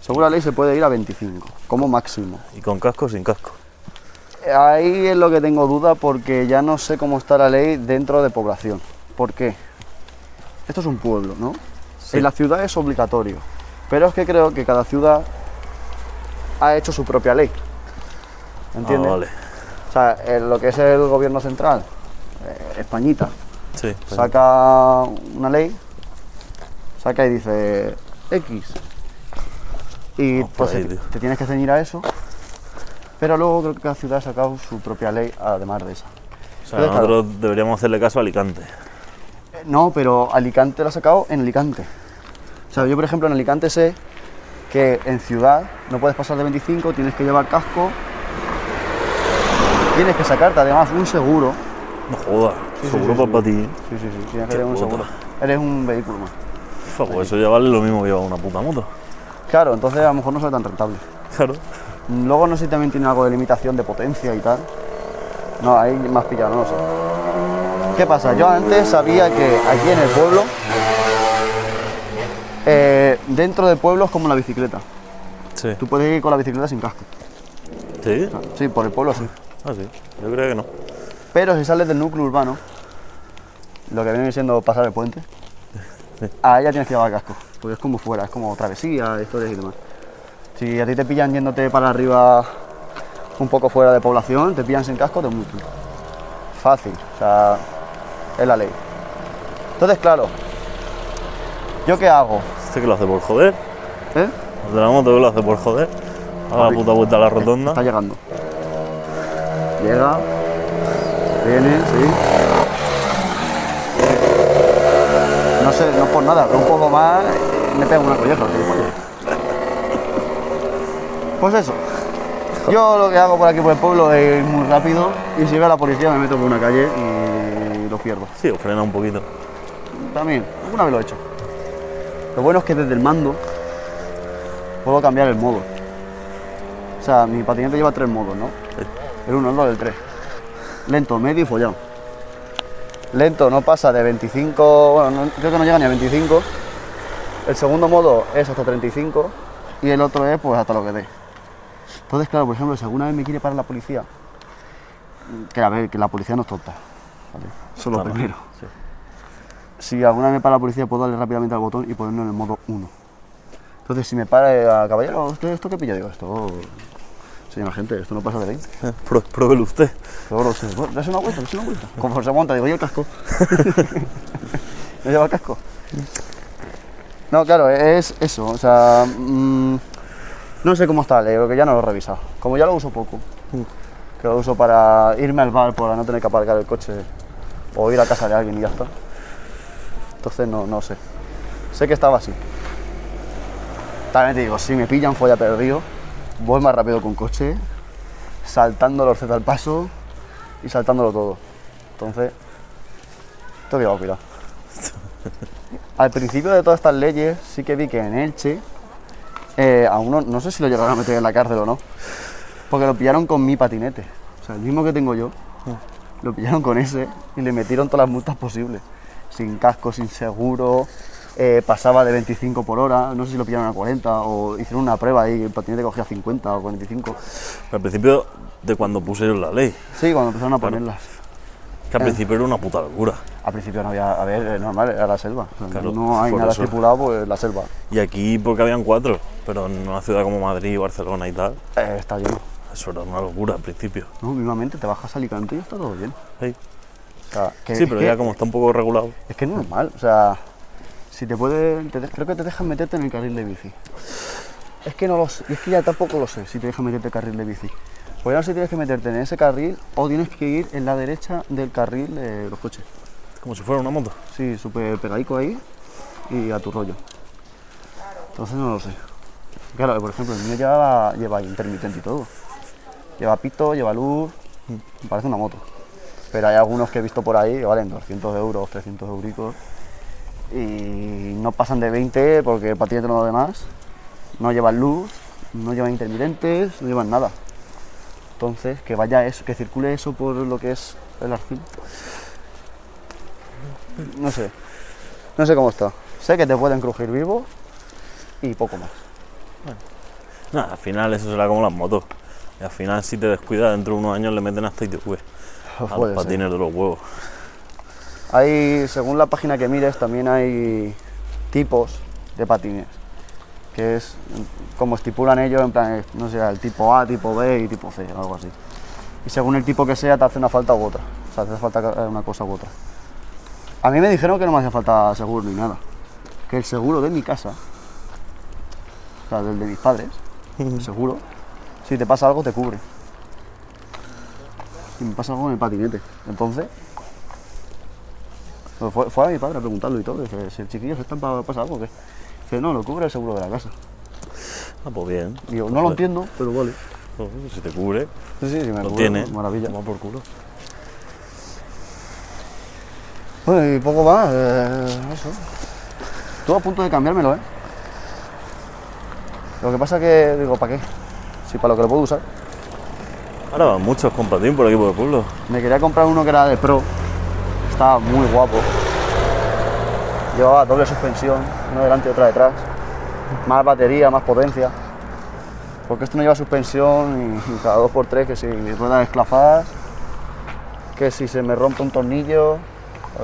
A: Según la ley se puede ir a 25, como máximo.
B: Y con casco o sin casco.
A: Ahí es lo que tengo duda porque ya no sé cómo está la ley dentro de población. ¿Por qué? Esto es un pueblo, ¿no?
B: Sí.
A: En la ciudad es obligatorio, pero es que creo que cada ciudad ha hecho su propia ley. ¿Entiendes?
B: Ah, vale.
A: O sea, eh, lo que es el gobierno central, eh, Españita,
B: Sí. pues,
A: saca una ley, saca y dice X. Y
B: Ah, por
A: pues
B: ahí,
A: te,
B: tío.
A: te tienes que ceñir a eso. Pero luego creo que cada ciudad ha sacado su propia ley además de esa.
B: o
A: Entonces,
B: sea,
A: claro,
B: nosotros deberíamos hacerle caso a Alicante.
A: eh, no, pero Alicante la ha sacado en Alicante. O sea, yo por ejemplo en Alicante sé que en ciudad no puedes pasar de 25, tienes que llevar casco, tienes que sacarte además un seguro.
B: No jodas,
A: Sí, sí,
B: seguro
A: sí,
B: para ti.
A: Sí, sí, sí, tienes que
B: Qué
A: tener un
B: puta.
A: seguro. Eres un vehículo más.
B: Fua, pues eso ya vale lo mismo que llevar una puta moto.
A: Claro, entonces a lo mejor no sale tan rentable.
B: Claro.
A: Luego no sé si también tiene algo de limitación de potencia y tal. No, ahí más pillado, no lo sé. ¿Qué pasa? Yo antes sabía que aquí en el pueblo, eh, dentro del pueblo es como la bicicleta.
B: Sí.
A: Tú puedes ir con la bicicleta sin casco.
B: ¿Sí?
A: Sí, por el pueblo sí.
B: Ah, sí. Yo creo que no.
A: Pero si sales del núcleo urbano, lo que viene siendo pasar el puente, a ella tienes que llevar casco, porque es como fuera, es como travesía, historias y demás. Si a ti te pillan yéndote para arriba un poco fuera de población, te pillan sin casco, te multan. Fácil, o sea, es la ley. Entonces, claro, ¿yo qué hago?
B: Este que lo hace por joder.
A: ¿Eh?
B: El de la moto que lo hace por joder. A la
A: Papi.
B: puta vuelta a la
A: Está
B: rotonda.
A: llegando. Llega. Viene, sí. No sé, no por nada, pero un poco más eh, me pega una colleja. tío, coño. Pues eso. Yo lo que hago por aquí por el pueblo es ir muy rápido y si veo a la policía me meto por una calle y lo pierdo.
B: Sí, o frena un poquito.
A: También, alguna vez lo he hecho. Lo bueno es que desde el mando puedo cambiar el modo. O sea, mi patinete lleva tres modos, ¿no?
B: Sí.
A: El uno, el dos, el tres. Lento, medio y follado. Lento no pasa de 25, bueno, no- creo que no llega ni a 25. El segundo modo es hasta 35 y el otro es pues hasta lo que dé. Entonces, claro, por ejemplo, si alguna vez me quiere parar la policía, que a ver, que la policía no es tonta. ¿vale? Eso es lo
B: Claro.
A: primero.
B: Sí.
A: Si alguna vez me para la policía, puedo darle rápidamente al botón y ponerlo en el modo 1. Entonces, si me para, eh, caballero, ¿usted esto qué pilla? Digo, esto, señora gente, esto no pasa de 20.
B: Pro- Pruébelo usted.
A: Pero bueno, usted, bueno, dase una vuelta, dase una vuelta. Como se monta, digo, ¿y el casco? ¿No lleva casco? No, claro, es eso, o sea, mm, no sé cómo está, le digo que ya no lo he revisado. Como ya lo uso poco, que lo uso para irme al bar, para no tener que aparcar el coche o ir a casa de alguien y ya está. Entonces no, no sé. Sé que estaba así. También te digo, si me pillan folla perdido, voy más rápido con coche, saltando los Z al paso y saltándolo todo. Entonces, tengo que llevar cuidado. Al principio de todas estas leyes, sí que vi que en Elche, eh, a uno, no sé si lo llegaron a meter en la cárcel o no, porque lo pillaron con mi patinete. O sea, el mismo que tengo yo, lo pillaron con ese y le metieron todas las multas posibles. Sin casco, sin seguro, eh, pasaba de 25 por hora, no sé si lo pillaron a 40 o hicieron una prueba y el patinete cogía 50 o 45.
B: Al principio de cuando pusieron la ley,
A: Sí, cuando empezaron a ponerlas.
B: que al
A: Eh.
B: principio era una puta locura.
A: Al principio no había, a ver, es normal, era la selva. O sea,
B: Claro,
A: no hay
B: por
A: nada
B: eso.
A: estipulado, pues la selva
B: Y aquí porque habían cuatro, pero en una ciudad como Madrid, Barcelona y tal,
A: eh, está lleno.
B: eso era una locura al principio.
A: No, mismamente te bajas a Alicante y está todo bien.
B: Sí,
A: O sea, que-
B: Sí,
A: es
B: pero
A: que-
B: ya como está un poco regulado.
A: Es que es normal, o sea, si te puede, te de- creo que te dejan meterte en el carril de bici. Es que no lo sé, y es que ya tampoco lo sé si te dejan meterte en el carril de bici. Pues ya no sé si tienes que meterte en ese carril o tienes que ir en la derecha del carril de los coches.
B: Es como si fuera una moto.
A: Sí, súper pegadico ahí y a tu rollo. Entonces no lo sé. Claro, por ejemplo, el mío lleva, lleva intermitente y todo. Lleva pito, lleva luz, me parece una moto. Pero hay algunos que he visto por ahí que valen 200 euros, 300 euricos. Y no pasan de 20 porque el patinete no lo demás. No llevan luz, no llevan intermitentes, no llevan nada. Entonces, que vaya eso, que circule eso por lo que es el arcil. No sé. No sé cómo está. Sé que te pueden crujir vivo y poco más.
B: Nada, al final eso será como las motos. Y al final si te descuidas dentro de unos años le meten hasta ITV a los
A: Ah, Puede ser.
B: patines de los huevos.
A: Hay, según la página que mires, también hay tipos de patines. Que es mm, como estipulan ellos, en plan, eh, no sé, el tipo A, tipo B y tipo C, o algo así. Y según el tipo que sea, te hace una falta u otra. O sea, te hace falta eh, una cosa u otra. A mí me dijeron que no me hacía falta seguro ni nada. Que el seguro de mi casa, o sea, del de mis padres, el seguro, si te pasa algo, te cubre. Y me pasa algo en el patinete. Entonces, pues fue, fue a mi padre a preguntarlo y todo. Dice, si el chiquillo se estampa, ¿pasa algo o qué? Dice, no, lo cubre el seguro de la casa.
B: Ah, pues bien.
A: Digo, no lo entiendo, pero vale.
B: Pues, Si te cubre,
A: Sí, sí, sí, me
B: lo
A: cubre,
B: tiene.
A: Maravilla.
B: Toma por culo.
A: Bueno, y poco más, eh, eso. Estuve a punto de cambiármelo, ¿eh? Lo que pasa que, digo, ¿para qué? Si para lo que lo puedo usar.
B: Ahora van muchos con patín por aquí por el pueblo.
A: Me quería comprar uno que era de Pro. Estaba muy guapo. Llevaba doble suspensión, una delante y otra detrás. Más batería, más potencia. Porque esto no lleva suspensión y, y cada 2x3 que si ruedas esclafadas, que si se me rompe un tornillo,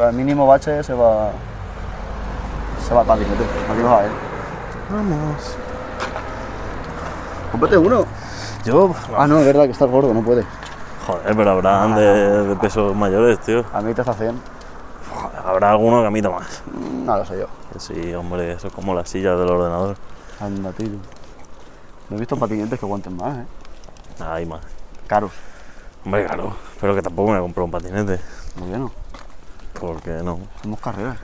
A: al mínimo bache se va. Se va a patinete, aquí no va a ver.
B: Vamos.
A: Cómprate uno.
B: Yo.
A: Ah, no, es verdad que estás gordo, no puedes.
B: Joder, pero habrán de, de pesos mayores, tío.
A: A mí te está 100.
B: Joder, habrá alguno camita más.
A: No lo sé yo.
B: Sí, hombre, eso es como las sillas del ordenador.
A: Anda, tío. No he visto patinetes que aguanten más, ¿eh?
B: Nada, hay más.
A: Caros.
B: Hombre, claro. Pero que tampoco me he comprado un patinete.
A: Muy bien, ¿no?
B: Porque no.
A: Somos carreras.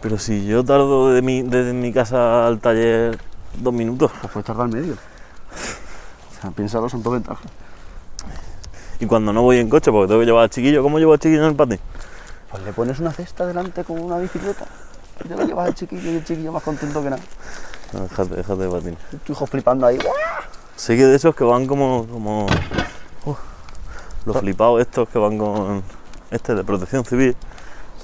B: Pero si yo tardo de mi, desde mi casa al taller dos minutos.
A: Pues puedes tardar medio. O sea, piénsalo, son dos ventajas.
B: Y cuando no voy en coche, porque tengo que llevar al chiquillo, ¿cómo llevo al chiquillo en el patín?
A: Pues le pones una cesta delante con una bicicleta y te lo llevas al chiquillo y el chiquillo más contento que nada.
B: No, Déjate, déjate de patín.
A: Y Tu hijo flipando ahí.
B: Sé que de esos que van como. como Uf, los flipados estos que van con. Este de protección civil,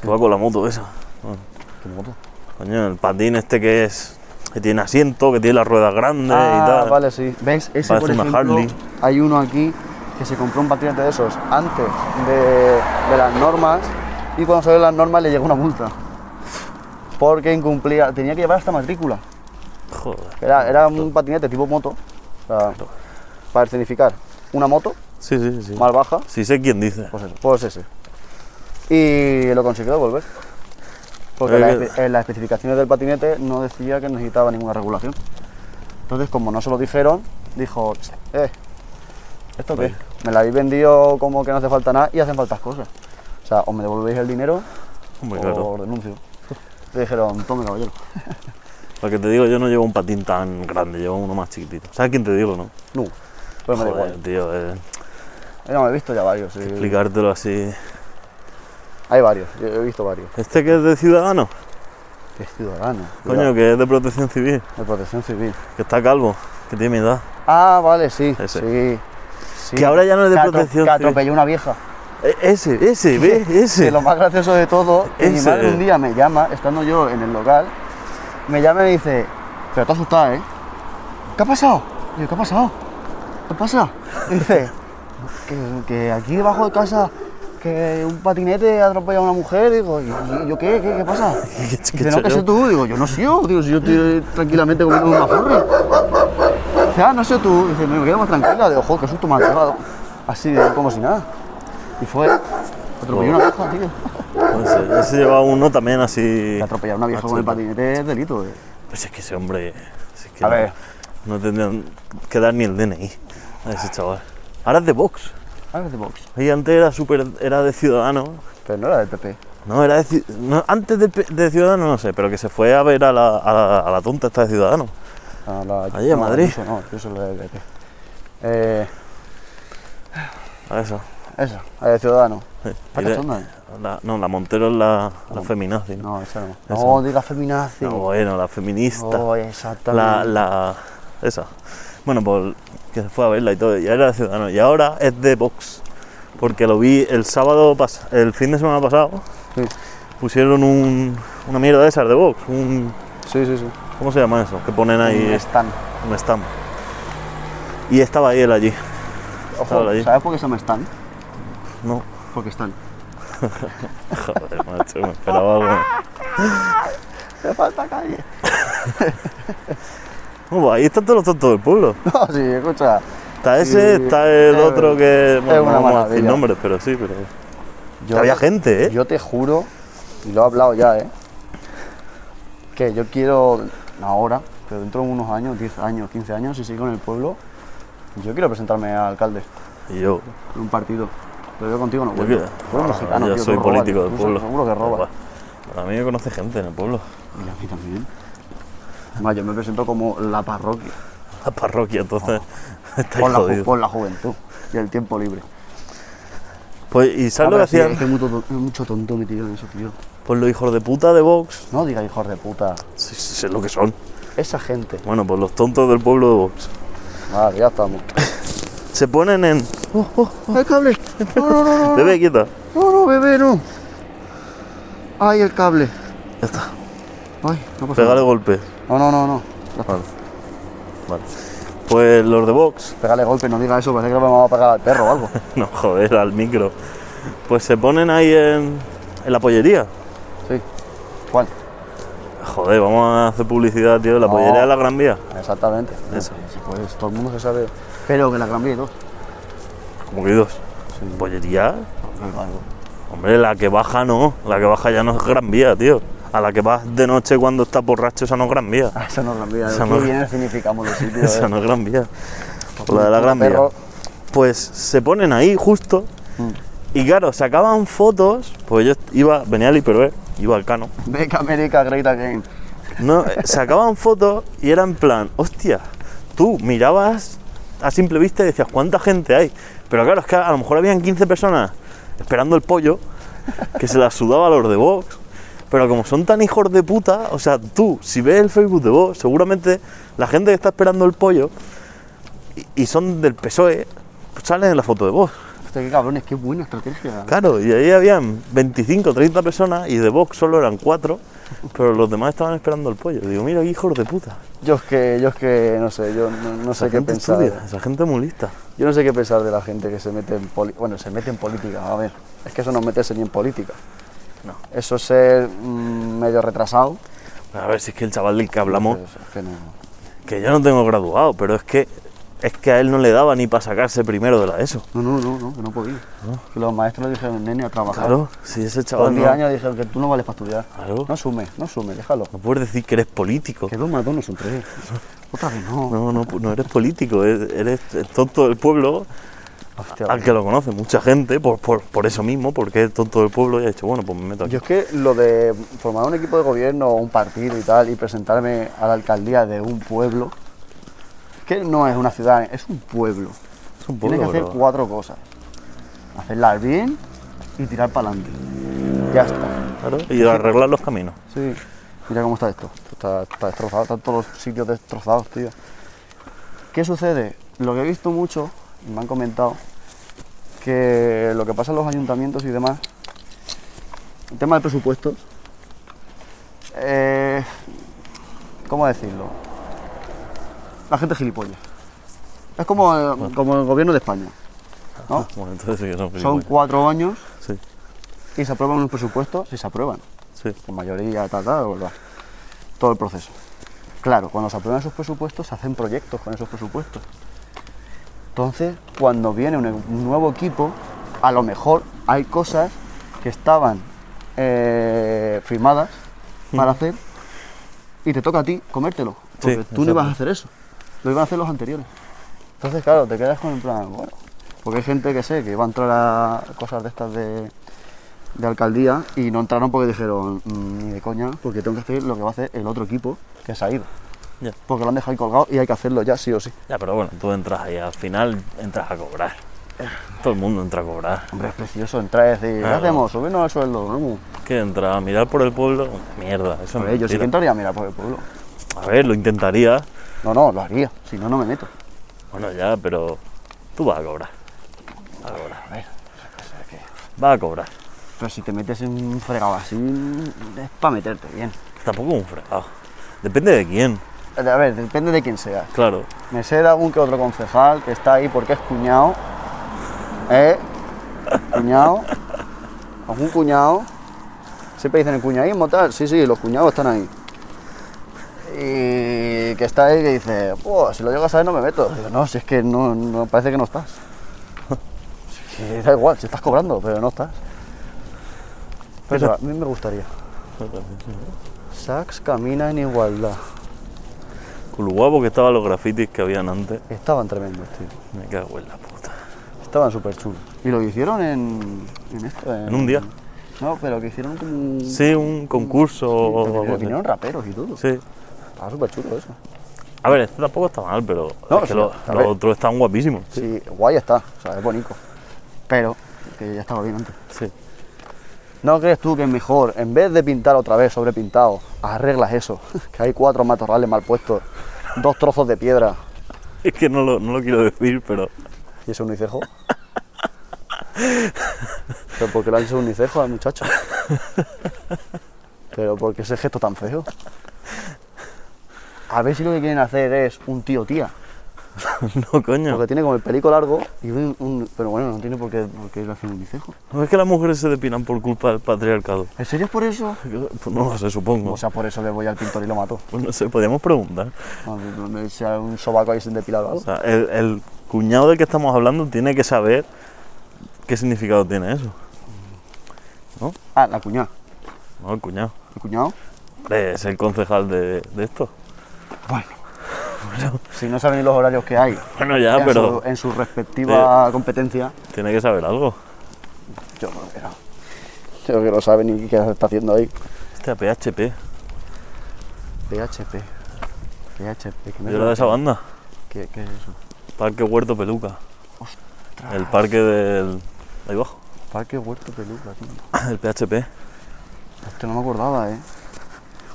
B: que va con la moto esa. Bueno,
A: ¿Qué moto?
B: coño, el patín este que es. que tiene asiento, que tiene las ruedas grandes
A: Ah,
B: y tal.
A: vale, sí. ¿Ves? Ese,
B: Parece
A: por
B: una
A: ejemplo,
B: Harley.
A: hay uno aquí que se compró un patinete de esos antes de, de las normas y cuando salió las normas le llegó una multa. Porque incumplía, tenía que llevar hasta matrícula.
B: Joder.
A: Era, era un patinete tipo moto, o sea, para escenificar una moto
B: Sí, sí, sí.
A: más baja,
B: Sí sé quién dice.
A: pues eso, pues ese. Y lo consiguió devolver. Porque en
B: Pero
A: las
B: es
A: espe- en las especificaciones del patinete no decía que necesitaba ninguna regulación. Entonces, como no se lo dijeron, dijo, eh, ¿esto qué?
B: Oye.
A: Me la habéis vendido como que no hace falta nada y hacen faltas cosas. O sea, o me devolvéis el dinero
B: Hombre,
A: o
B: claro.
A: denuncio. Le dijeron, tome caballero.
B: Lo que te digo, yo no llevo un patín tan grande, llevo uno más chiquitito. ¿Sabes quién te digo, no?
A: No, pues me da
B: Joder,
A: igual.
B: tío, eh,
A: Ya me he visto ya varios. sí.
B: explicártelo así.
A: Hay varios, yo he visto varios.
B: ¿Este que es de ciudadano?
A: Que es ciudadano.
B: Coño, que es de protección civil,
A: De protección civil.
B: que está calvo, que tiene mi edad.
A: Ah, vale, sí.
B: Ese.
A: Sí. sí.
B: Que ahora ya no es de
A: Que atro-
B: protección
A: Que
B: civil.
A: atropelló una vieja.
B: E- ese, ese, ve,
A: Que
B: ese.
A: lo más gracioso de todo, que mi
B: Ese.
A: madre un día me llama, estando yo en el local, me llama y me dice, pero te asustada, ¿eh? ¿Qué ha pasado? Y yo, ¿qué ha pasado? ¿Qué pasa? Y dice, que, que aquí debajo de casa, que un patinete ha atropellado a una mujer, digo, ¿y y yo qué? ¿Qué, qué pasa?
B: ¿Qué- qué
A: Dice, no, que
B: chollo?
A: sé tú, digo, yo no sé yo, digo, si yo estoy eh, tranquilamente comiendo una forra. Dice, ah, no sé tú, dice, me quedo más tranquila, digo, joder, qué susto me ha llevado. Así, de- como si nada. Y fue, atropelló una vieja, tío.
B: Pues Ese, ese lleva uno también así.
A: Que Atropellar a una vieja con el
B: Machete.
A: patinete es delito. eh.
B: Pues es que ese hombre. si es que
A: A
B: no,
A: ver.
B: no tendrían que dar ni el DNI a ese chaval. Ahora es de Vox.
A: Ah, es de Vox.
B: Y antes era súper. Era de Ciudadano.
A: Pero no era del PP.
B: No, era de. Ci- no, antes de, P- de Ciudadano no sé, pero que se fue a ver a la, a la, a la tonta esta de Ciudadano.
A: A Ah, la-
B: Allí, a
A: no,
B: Madrid.
A: Ayuso no, yo soy del PP. Eh,
B: A esa.
A: eso, la de Ciudadano. ¿Está
B: Y le-
A: cachonda, eh?
B: la- no, la Montero es la, la feminazi. No,
A: No, esa no.
B: Esa
A: No
B: no.
A: digas feminazi.
B: No, bueno, la feminista.
A: Oh, exactamente.
B: la, la. Esa. Bueno, pues que se fue a verla y todo. Y era de Ciudadano. Y ahora es de Vox. Porque lo vi el sábado, pas- el fin de semana pasado.
A: Sí,
B: pusieron un, una mierda de esas de box, un,
A: sí, sí. sí.
B: ¿cómo se llama eso? Que ponen ahí
A: Un stand.
B: un stand. Y estaba ahí él allí,
A: Ojo,
B: Estaba allí.
A: ¿sabes por qué se llama stand?
B: no,
A: Porque están.
B: joder, macho, me esperaba algo.
A: Me falta calle.
B: No, pues ahí están todos los tontos del pueblo.
A: No, sí, escucha.
B: Está ese,
A: Sí, Eh,
B: está el
A: es-
B: otro que, bueno,
A: una
B: no vamos a decir
A: maravilla.
B: nombres, pero sí, pero había gente, ¿eh?
A: Yo te juro, y lo he hablado ya, ¿eh? que yo quiero, no ahora, pero dentro de unos años, 10 años, 15 años, si sigo en el pueblo, yo quiero presentarme a alcalde
B: y yo,
A: de un partido. Pero yo contigo no
B: yo,
A: puedo.
B: que-
A: Tú eres mexicano,
B: yo
A: tío,
B: soy
A: tú robas,
B: político
A: tú
B: del pueblo.
A: Seguro que roba.
B: A mí me conoce gente en el pueblo,
A: Y a mí también. Además, yo me presento como la parroquia,
B: la parroquia, entonces estáis
A: con la, ju-
B: jodidos.
A: con la juventud y el tiempo libre.
B: Pues, ¿y sabes lo que
A: Ahora sí,
B: hacían?
A: Es que hay mucho, to- mucho tonto metido en eso, tío.
B: Pues los hijos de puta de Vox,
A: No diga hijos de puta.
B: sí, sí, sé lo que son.
A: Esa gente.
B: Bueno, pues los tontos del pueblo de Vox.
A: Vale, ya estamos.
B: se ponen en.
A: ¡Oh, oh, el cable! No, no, no, no.
B: Bebé, quieta.
A: No, no, bebé, no. Ay, el cable.
B: Ya está.
A: Ay, no pasa
B: Pegale golpe.
A: nada. No, no, no, no. Ya está.
B: Vale. Vale. Pues los de Vox.
A: Pégale golpe, no diga eso, parece que le vamos a pegar al perro o algo.
B: No, joder, al micro. Pues se ponen ahí en. En la pollería.
A: Sí. ¿Cuál?
B: Joder, vamos a hacer publicidad, tío. La
A: No.
B: pollería de la Gran Vía.
A: Exactamente.
B: Esa.
A: Sí, Pues todo el mundo se sabe. Pero que la gran vía y todo.
B: Como que dos. ¿Pollería?
A: Algo.
B: Hombre, la que baja no. La que baja ya no es Gran Vía, tío. A la que vas de noche cuando estás borracho, esa no es Gran Vía.
A: Ah, Esa no es gran vía.
B: Esa
A: Qué
B: no.
A: bien significamos los sitios. eh.
B: Esa no es Gran Vía. La de la
A: Un
B: Gran Vía.
A: perro. Mm.
B: Pues se ponen ahí justo. Y claro, sacaban fotos. Pues yo iba, venía al Hiperver, iba al Cano.
A: Make America Great Again.
B: No, eh, sacaban fotos y era en plan, hostia, tú mirabas a simple vista y decías, ¿cuánta gente hay? Pero claro, es que a lo mejor habían 15 personas esperando el pollo, que se la sudaba a los de Vox. Pero como son tan hijos de puta, o sea, tú, si ves el Facebook de Vox, seguramente la gente que está esperando el pollo y, y son del PSOE, pues salen en la foto de Vox.
A: Hostia, qué cabrones, qué buena estrategia.
B: Claro, y ahí habían 25, 30 personas y de Vox solo eran 4, pero los demás estaban esperando el pollo. Digo, mira, qué hijos de puta.
A: Yo es que, yo es que, no sé, yo no, no sé
B: Esa
A: qué
B: gente
A: pensar.
B: estudia, esa gente es muy lista.
A: Yo no sé qué pensar de la gente que se mete en política. Bueno, se mete en política, a ver. Es que eso no es meterse ni en política.
B: No.
A: Eso es ser mm, medio retrasado.
B: A ver, si es que el chaval del que hablamos,
A: Pues, es que no.
B: que yo no tengo graduado, pero es que es que a él no le daba ni para sacarse primero de la ESO.
A: No, no, no, no, que no podía. Que los maestros le dijeron, nene, a trabajar.
B: Claro, si ese
A: Con
B: chaval
A: 10
B: no,
A: años dijeron que tú no vales para estudiar.
B: Claro.
A: No sume, no sume, déjalo.
B: no puedes decir que eres político.
A: Que dos más dos no son tres. Otra vez no.
B: e-, No, no, pu- no eres político, eres, eres el tonto del pueblo
A: Hostia,
B: al Ah, que lo conoce, mucha gente, por, por, por eso mismo, porque es tonto del pueblo y ha dicho, bueno, pues me meto aquí.
A: Yo es que lo de formar un equipo de gobierno, un partido y tal, y presentarme a la alcaldía de un pueblo, que no es una ciudad, es un pueblo.
B: es un
A: Tienes que
B: pueblo,
A: hacer
B: pero-
A: cuatro cosas. Hacerlas bien y tirar para adelante. Ya está.
B: claro, y arreglar los caminos.
A: Sí. Mira cómo está esto. Esto Está, está destrozado, están todos los sitios destrozados, tío. ¿Qué sucede? Lo que he visto mucho, y me han comentado, que lo que pasa en los ayuntamientos y demás, el tema de presupuestos, eh, ¿cómo decirlo? La gente es gilipollas. Es como el, como el gobierno de España. ¿no?
B: Bueno, entonces sí que son
A: Son
B: gilipollas.
A: cuatro años
B: Sí,
A: y se aprueban unos presupuestos, si se aprueban
B: sí.
A: con mayoría, tal, tal, bla, bla. todo el proceso. Claro, cuando se aprueban esos presupuestos, se hacen proyectos con esos presupuestos. Entonces, cuando viene un, un nuevo equipo, a lo mejor hay cosas que estaban eh, firmadas para hacer y te toca a ti comértelo, porque tú no
B: exacto.
A: ibas a hacer eso, lo iban a hacer los anteriores. Entonces, claro, te quedas con el plan, bueno, porque hay gente que sé que iba a entrar a cosas de estas de, de alcaldía y no entraron porque dijeron, "Mm, ni de coña, porque tengo que hacer lo que va a hacer el otro equipo que se ha ido.
B: Ya.
A: Porque lo han dejado ahí colgado y hay que hacerlo ya sí o sí.
B: Ya, pero bueno, tú entras ahí, al final entras a cobrar. Todo el mundo entra a cobrar.
A: Hombre, es precioso entrar y decir, ¿qué
B: Claro.
A: hacemos? Subirnos al sueldo. vamos".
B: Que entra a mirar por el pueblo, mierda, eso
A: A ver,
B: no
A: yo sí que entraría, mira, por el pueblo.
B: A ver, lo intentaría.
A: No, no, lo haría, si no, no me meto.
B: Bueno, ya, pero tú vas a cobrar. Vas a cobrar.
A: A ver,
B: Vas a cobrar.
A: pero si te metes en un fregado así, es para meterte bien.
B: Tampoco es un fregado. Depende de quién,
A: A ver, depende de quién seas.
B: claro.
A: Me sé de algún que otro concejal que está ahí porque es cuñado. ¿Eh? Cuñado. Algún cuñado. Siempre dicen el cuñadismo, tal. Sí, sí, los cuñados están ahí. Y que está ahí que dice, "Buah, si lo llego a saber no me meto. Digo, no, si es que no, no- parece que no estás. Si es que da igual, si estás cobrando, pero no estás. Pero a mí me gustaría. Sax camina en igualdad.
B: Con lo guapo que estaban los grafitis que habían antes.
A: Estaban tremendos, tío.
B: Me cago en la puta.
A: Estaban súper chulos. Y lo que hicieron en, en esto.
B: En un día.
A: No, pero que hicieron como. un-
B: Sí, un concurso o
A: pero que
B: algo así.
A: vinieron raperos y todo.
B: Sí.
A: Estaba súper chulo eso.
B: A ver, este tampoco está mal, pero
A: No,
B: es que
A: sí,
B: los,
A: a
B: los
A: ver.
B: otros están guapísimos. Sí.
A: Sí. guay está. O sea, es bonito. Pero, que ya estaba bien antes.
B: sí.
A: ¿No crees tú que es mejor, en vez de pintar otra vez sobrepintado, arreglas eso? que hay cuatro matorrales mal puestos, dos trozos de piedra
B: Es que no lo, no lo quiero decir, pero
A: y ese unicejo. ¿Pero por qué le han hecho unicejo al muchacho? ¿Pero por qué ese gesto tan feo? A ver si lo que quieren hacer es un tío tía.
B: no, coño.
A: Porque tiene como el pelico largo y un... un- pero bueno, no tiene por qué, por qué hacer un unicejo.
B: No es que las mujeres se depinan por culpa del patriarcado.
A: ¿En serio es por eso?
B: Pues no lo sé, supongo.
A: O sea, por eso le voy al pintor y lo mato.
B: Pues no sé, podríamos preguntar.
A: No, Si hay un sobaco ahí sin depilar o
B: O
A: algo.
B: sea, el, el cuñado del que estamos hablando tiene que saber qué significado tiene eso.
A: Ah, la cuñada.
B: No, el cuñado.
A: ¿El cuñado?
B: Hombre, Es el concejal de, de esto.
A: Bueno. Si no saben ni los horarios que hay
B: Bueno, ya,
A: en,
B: Ah, pero eh,
A: su, en su respectiva competencia,
B: tiene que saber algo.
A: Yo creo que no. Creo que no sabe ni qué está haciendo ahí.
B: Hostia, PHP.
A: PHP. PHP. ¿Qué, me
B: Yo era de esa banda.
A: ¿Qué, qué es eso?
B: Parque Huerto Peluca. El parque del. Ahí abajo.
A: Parque Huerto Peluca, tío.
B: El PHP.
A: Hostia, no me acordaba, ¿eh?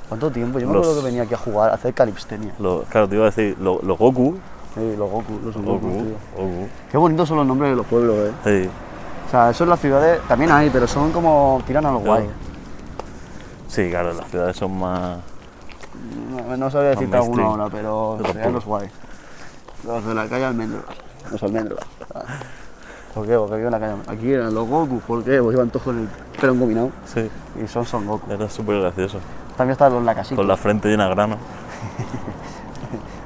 A: ¿Cuánto tiempo? Yo me
B: Los-
A: acuerdo que venía aquí a jugar, a hacer calipstenia.
B: Lo- claro, te iba a decir, lo- los Goku.
A: Sí, los Goku, los Goku,
B: Goku.
A: tío.
B: Goku.
A: Qué bonitos son los nombres de los pueblos, ¿eh?
B: Sí.
A: O sea, eso en las ciudades también hay, pero son como tiran a los
B: Claro.
A: guay.
B: sí, claro, las ciudades son más.
A: No, no sabía decirte alguno
B: mainstream.
A: ahora, pero
B: este, Yo
A: serían
B: tampoco.
A: los guay. Los de la calle Almendros. Los Almendros. Ah. ¿Por qué? Porque vivo en la calle Almendros. Aquí eran los Goku, ¿por qué? Porque iban todos con el pelo engominado
B: Sí,
A: y son Son Goku.
B: era súper gracioso.
A: También están los Nakashiki.
B: Con la frente llena de grano.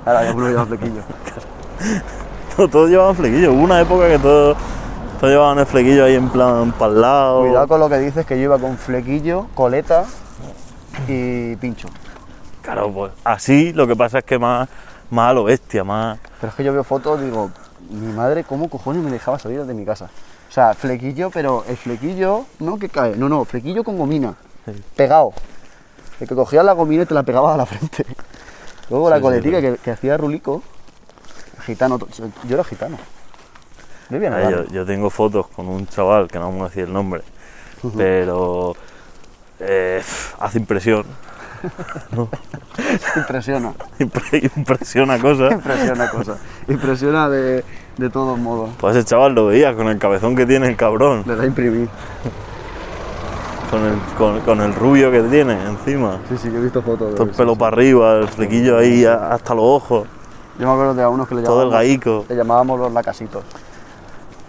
A: Ahora ya uno lleva flequillo.
B: Todos llevaban flequillo. Hubo una época que todos todos llevaban el flequillo ahí en plan para el lado.
A: Cuidado con lo que dices, que yo iba con flequillo, coleta y pincho.
B: Claro, pues así lo que pasa es que más, más a lo bestia, más.
A: Pero es que yo veo fotos y digo, mi madre, ¿cómo cojones me dejaba salir de mi casa? O sea, flequillo, pero el flequillo, no que cae, no, no, flequillo con gomina,
B: Sí.
A: pegado. El que cogía la gomina y te la pegabas a la frente. Luego la
B: Sí, sí,
A: coletica
B: sí.
A: que, que hacía Rulico, gitano, to- yo era gitano. Yo vivía en
B: Ah,
A: el
B: yo,
A: barrio.
B: yo tengo fotos con un chaval que no vamos a decir el nombre, pero eh, hace impresión.
A: Impresiona,
B: impre- Impresiona cosas.
A: impresiona cosa. Impresiona de, de todos modos.
B: Pues ese chaval lo veía con el cabezón que tiene el cabrón,
A: Le da a imprimir.
B: con el, con, con el rubio que tiene encima.
A: Sí, sí, yo he visto fotos. de
B: Todo el
A: eso.
B: pelo para arriba, el flequillo ahí a- hasta los ojos,
A: Yo me acuerdo de a unos que le
B: todo
A: llamaban.
B: delgadico.
A: Le llamábamos los lacasitos.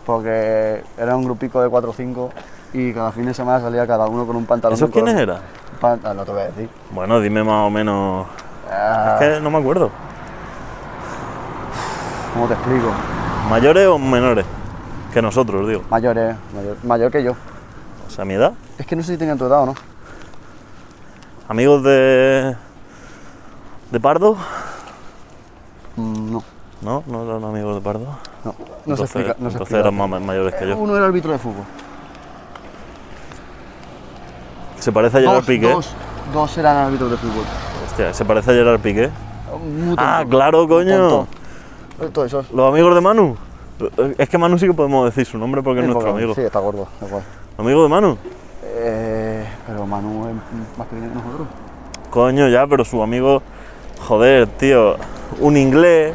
A: Porque era un grupico de 4 o 5 y cada fin de semana salía cada uno con un pantalón.
B: ¿Esos quiénes eran?
A: eran? no te voy a decir.
B: Bueno, dime más o menos.
A: Ah,
B: Es que no me acuerdo.
A: ¿Cómo te explico?
B: ¿Mayores o menores? Que nosotros, digo.
A: Mayores, mayor, mayor que yo.
B: O sea, mi edad.
A: Es que no sé si tenían tu edad o no.
B: ¿Amigos de. de Pardo?
A: Mm, No,
B: No, no eran amigos de Pardo.
A: no. No se
B: entonces,
A: explica. No se
B: entonces
A: explica.
B: eran más ma- mayores que yo.
A: Uno era árbitro de fútbol.
B: Se parece a Gerard
A: Dos,
B: Piqué.
A: dos, dos eran árbitros de fútbol.
B: Hostia, se parece a Gerard Piqué.
A: Muy
B: Ah,
A: tonto,
B: claro,
A: muy
B: coño.
A: tonto. Eh, Todo eso es.
B: Los amigos de Manu. Es que Manu sí que podemos decir su nombre porque es
A: Sí,
B: nuestro
A: porque-
B: amigo.
A: Sí, está gordo, da igual.
B: ¿Amigo de Manu?
A: Eh, pero Manu es más pequeño que nosotros.
B: Coño, ya, pero su amigo. Joder, tío. Un inglés,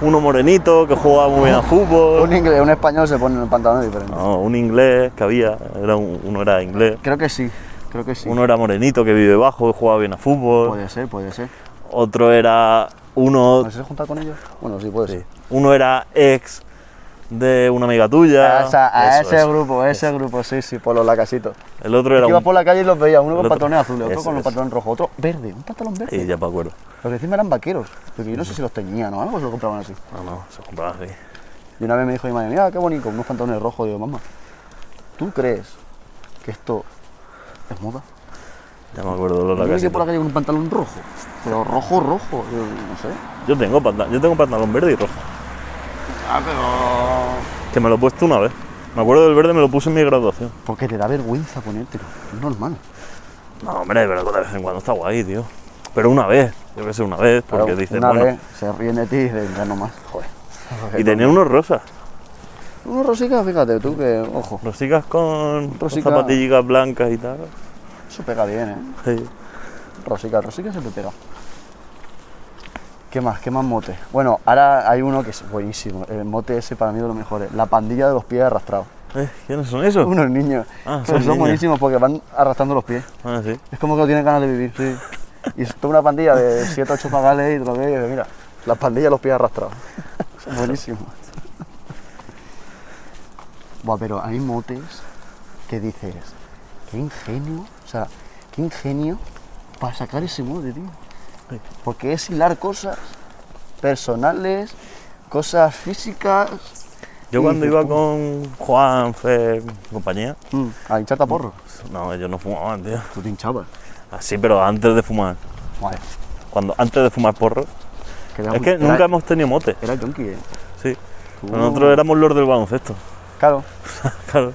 B: uno morenito que jugaba muy bien a fútbol.
A: Un inglés, un español se pone en el pantalón diferente.
B: No, un inglés que había, era un- uno era inglés,
A: Creo que sí, creo que sí.
B: uno era morenito que vive bajo, que jugaba bien a fútbol,
A: Puede ser, puede ser.
B: otro era uno,
A: ¿No se junta con ellos? Bueno, sí, puede ser.
B: uno era ex de una amiga tuya,
A: A, esa- a
B: eso,
A: ese
B: eso.
A: grupo, a ese grupo, sí, sí, por los lacasitos.
B: el otro era
A: Ibas
B: un,
A: por la calle y los veías, uno con
B: otro-
A: pantalones azules, otro
B: eso,
A: con los
B: eso.
A: pantalones rojos, otro verde, un pantalón verde.
B: y ya me acuerdo,
A: Los que encima eran vaqueros, porque yo no sé si los tenían o algo, Ah, se los compraban así.
B: no, no, se compraba así,
A: Y una vez me dijo mi madre, mira, qué bonito, unos pantalones rojos. Digo, mamá, ¿tú crees que esto es moda?
B: ya me acuerdo de
A: Yo
B: los
A: me quedé por la
B: lacasitos.
A: calle con un pantalón rojo, pero rojo, rojo, Digo, no sé.
B: Yo tengo, panta- yo tengo pantalón verde y rojo,
A: Ah, pero...
B: que me lo he puesto una vez, me acuerdo del verde me lo puse en mi graduación.
A: Porque te da vergüenza ponértelo. Es normal.
B: No, hombre, pero de vez en cuando está guay, tío, pero una vez, yo que sé, una vez, porque
A: Claro,
B: dices,
A: una
B: bueno,
A: vez se ríen de ti y dicen, ya no más. Joder.
B: y tenía unos rosas.
A: Unos rosicas, fíjate tú, que, ojo,
B: Rosicas con
A: Rosica.
B: con zapatillas blancas y tal.
A: eso pega bien, ¿eh?
B: Sí.
A: Rosica, rosica siempre pega. ¿Qué más? ¿Qué más mote? Bueno, ahora hay uno que es buenísimo. El mote ese para mí es de los mejores. La pandilla de los pies arrastrados.
B: Eh, ¿Quiénes son esos?
A: Unos niños.
B: Ah,
A: pero
B: son
A: son
B: niños.
A: buenísimos porque van arrastrando los pies.
B: Ah, sí.
A: Es como que no tienen ganas de vivir, sí. Y es toda una pandilla de 7 o 8 pagales y te lo ves y dices, mira, la pandilla de los pies arrastrados. Son buenísimos. Buah, pero hay motes que dices, qué ingenio, o sea, qué ingenio para sacar ese mote, tío. Porque es hilar cosas personales, cosas físicas.
B: Yo
A: y
B: cuando
A: dices,
B: iba
A: "Pum".
B: con Juan, Fer, compañía,
A: Mm, a hincharte a porro.
B: no, ellos no fumaban, tío.
A: Tú te hinchabas.
B: Así, pero antes de fumar.
A: Vale.
B: Cuando, antes de fumar porro. Es que nunca hemos tenido mote,
A: Era yonki, eh. Uh.
B: sí.
A: Tú-
B: Nosotros éramos los del baloncesto.
A: Claro.
B: claro,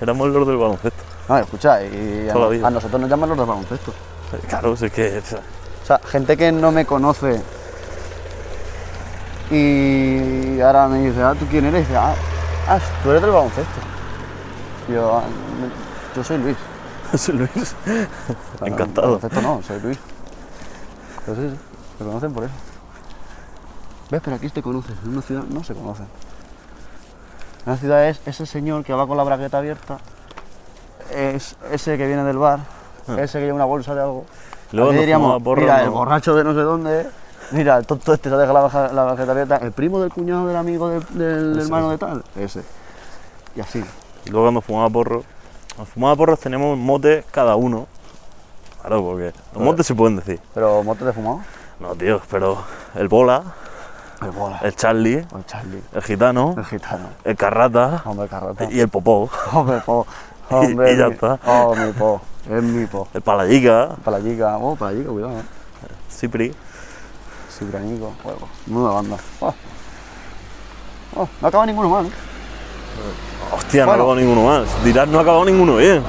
B: éramos los del baloncesto.
A: No, escucha, y a,
B: Toda la vida.
A: a nosotros nos llaman los de baloncesto.
B: Claro, si es que. o sea,
A: O sea, gente que no me conoce y ahora me dice, ah, ¿tú quién eres? Y dice, ah, ah, tú eres del baloncesto. Y yo, "Ah, no, yo soy Luis.
B: José Luis.
A: O sea,
B: Encantado.
A: Baloncesto no, soy Luis. Pero sí, sí, me conocen por eso. ¿Ves? Pero aquí te conoces, en una ciudad no se conocen. En una ciudad es ese señor que va con la bragueta abierta, es ese que viene del bar, ese que lleva una bolsa de algo.
B: Ah. Luego
A: Aquí
B: no
A: diríamos,
B: fumaba porro,
A: mira,
B: no.
A: el borracho de no sé dónde, mira, el tonto este se deja la, baja- la bragueta abierta, el primo del cuñado del amigo del, del hermano de tal, ese. Y así.
B: Y luego cuando fumaba porro, cuando fumaba porros teníamos motes cada uno. Claro, porque los motes se pueden decir.
A: Pero mote de fumado.
B: No, tío, pero el Bola,
A: El bola.
B: el Charlie,
A: El Pues Charlie.
B: el Gitano,
A: El gitano.
B: el Carrata
A: Hombre, carrota.
B: y el Popó,
A: Hombre, po. Hombre,
B: Y- y ya
A: mi-
B: está.
A: Oh, mi po. Es mi po.
B: el Palayica,
A: Para la chica, oh, para la chica, cuidado, eh.
B: Cipri.
A: Cibranico, juego. Nueva banda. Oh. Oh, no acaba ninguno mal, ¿eh?
B: Hostia, no ha
A: Bueno.
B: acabado ninguno más. Dirás, no ha acabado ninguno bien.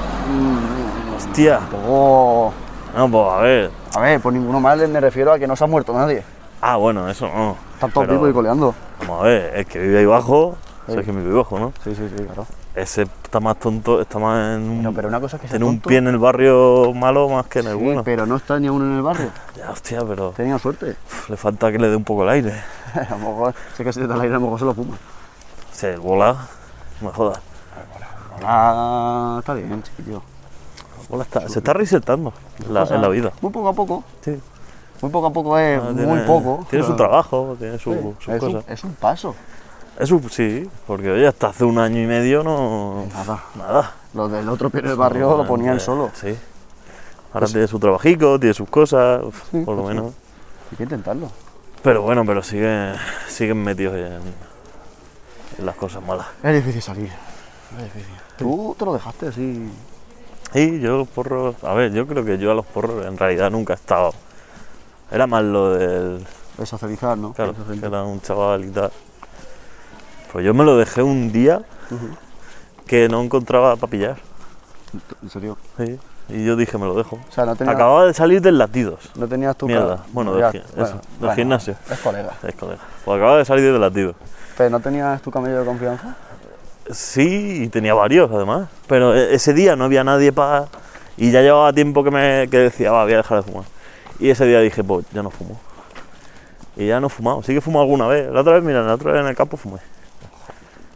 B: Hostia.
A: Oh,
B: No, pues a ver.
A: a ver, por ninguno mal me refiero a que no se ha muerto nadie.
B: Ah, bueno, eso no.
A: Están todos
B: Pero,
A: vivos y coleando.
B: Vamos a ver, el que vive ahí abajo, o sea, el que vive abajo, ¿no?
A: Sí, sí, sí, claro.
B: Ese está más tonto, está más en un,
A: No, pero una cosa es que sea
B: Mm. tiene un
A: tonto.
B: pie en el barrio malo más que en el
A: Sí,
B: bueno.
A: pero no está ni uno en el barrio.
B: Ya, hostia, pero
A: Tenía suerte.
B: uf, le falta que le dé un poco el aire.
A: a lo mejor, sé que si te da el aire, a lo mejor se lo fuma.
B: Se bola, no me jodas.
A: Ahora está bien, chiquillo.
B: Bola está- se está resetando en la, en la vida.
A: Muy poco a poco.
B: Sí.
A: Muy poco a poco es
B: Ah,
A: muy
B: tiene-
A: poco.
B: Tiene su
A: pero-
B: trabajo, tiene su,
A: Sí,
B: sus
A: es, un,
B: cosas.
A: es un paso.
B: Es un- sí, porque oye, hasta hace un año y medio no.
A: Nada.
B: Nada.
A: Los del otro pie del Ah. barrio lo ponían
B: Eh,
A: solo.
B: Sí. Ahora tiene su trabajico, tiene sus cosas, uf, por lo menos.
A: Hay que intentarlo.
B: Pero bueno, pero siguen, siguen metidos en, en las cosas malas.
A: Es difícil salir. Es difícil. Tú te lo dejaste así.
B: Y yo los porros, a ver, yo creo que yo a los porros en realidad nunca he estado. Era más lo del.
A: Desacelizar, ¿no?
B: Claro,
A: Esa
B: que
A: gente.
B: era un chaval y tal. Pues yo me lo dejé un día que no encontraba para pillar.
A: En serio.
B: sí, Y yo dije, me lo dejo.
A: O sea, no tenía-
B: Acababa de salir del latidos.
A: No tenías tu
B: Mierda.
A: cara.
B: Bueno, del
A: Ya,
B: gi- eso,
A: bueno,
B: del
A: bueno,
B: gimnasio.
A: Es colega.
B: Es colega. Pues acababa de salir del latidos.
A: ¿Pero no tenías tu camello de confianza?
B: Sí, y tenía varios además. Pero e- ese día no había nadie para. Y ya llevaba tiempo que me que decía, va, voy a dejar de fumar. Y ese día dije, pues ya no fumo. Y ya no he fumado. Sí que he fumado alguna vez. La otra vez, mira, la otra vez en el campo fumé.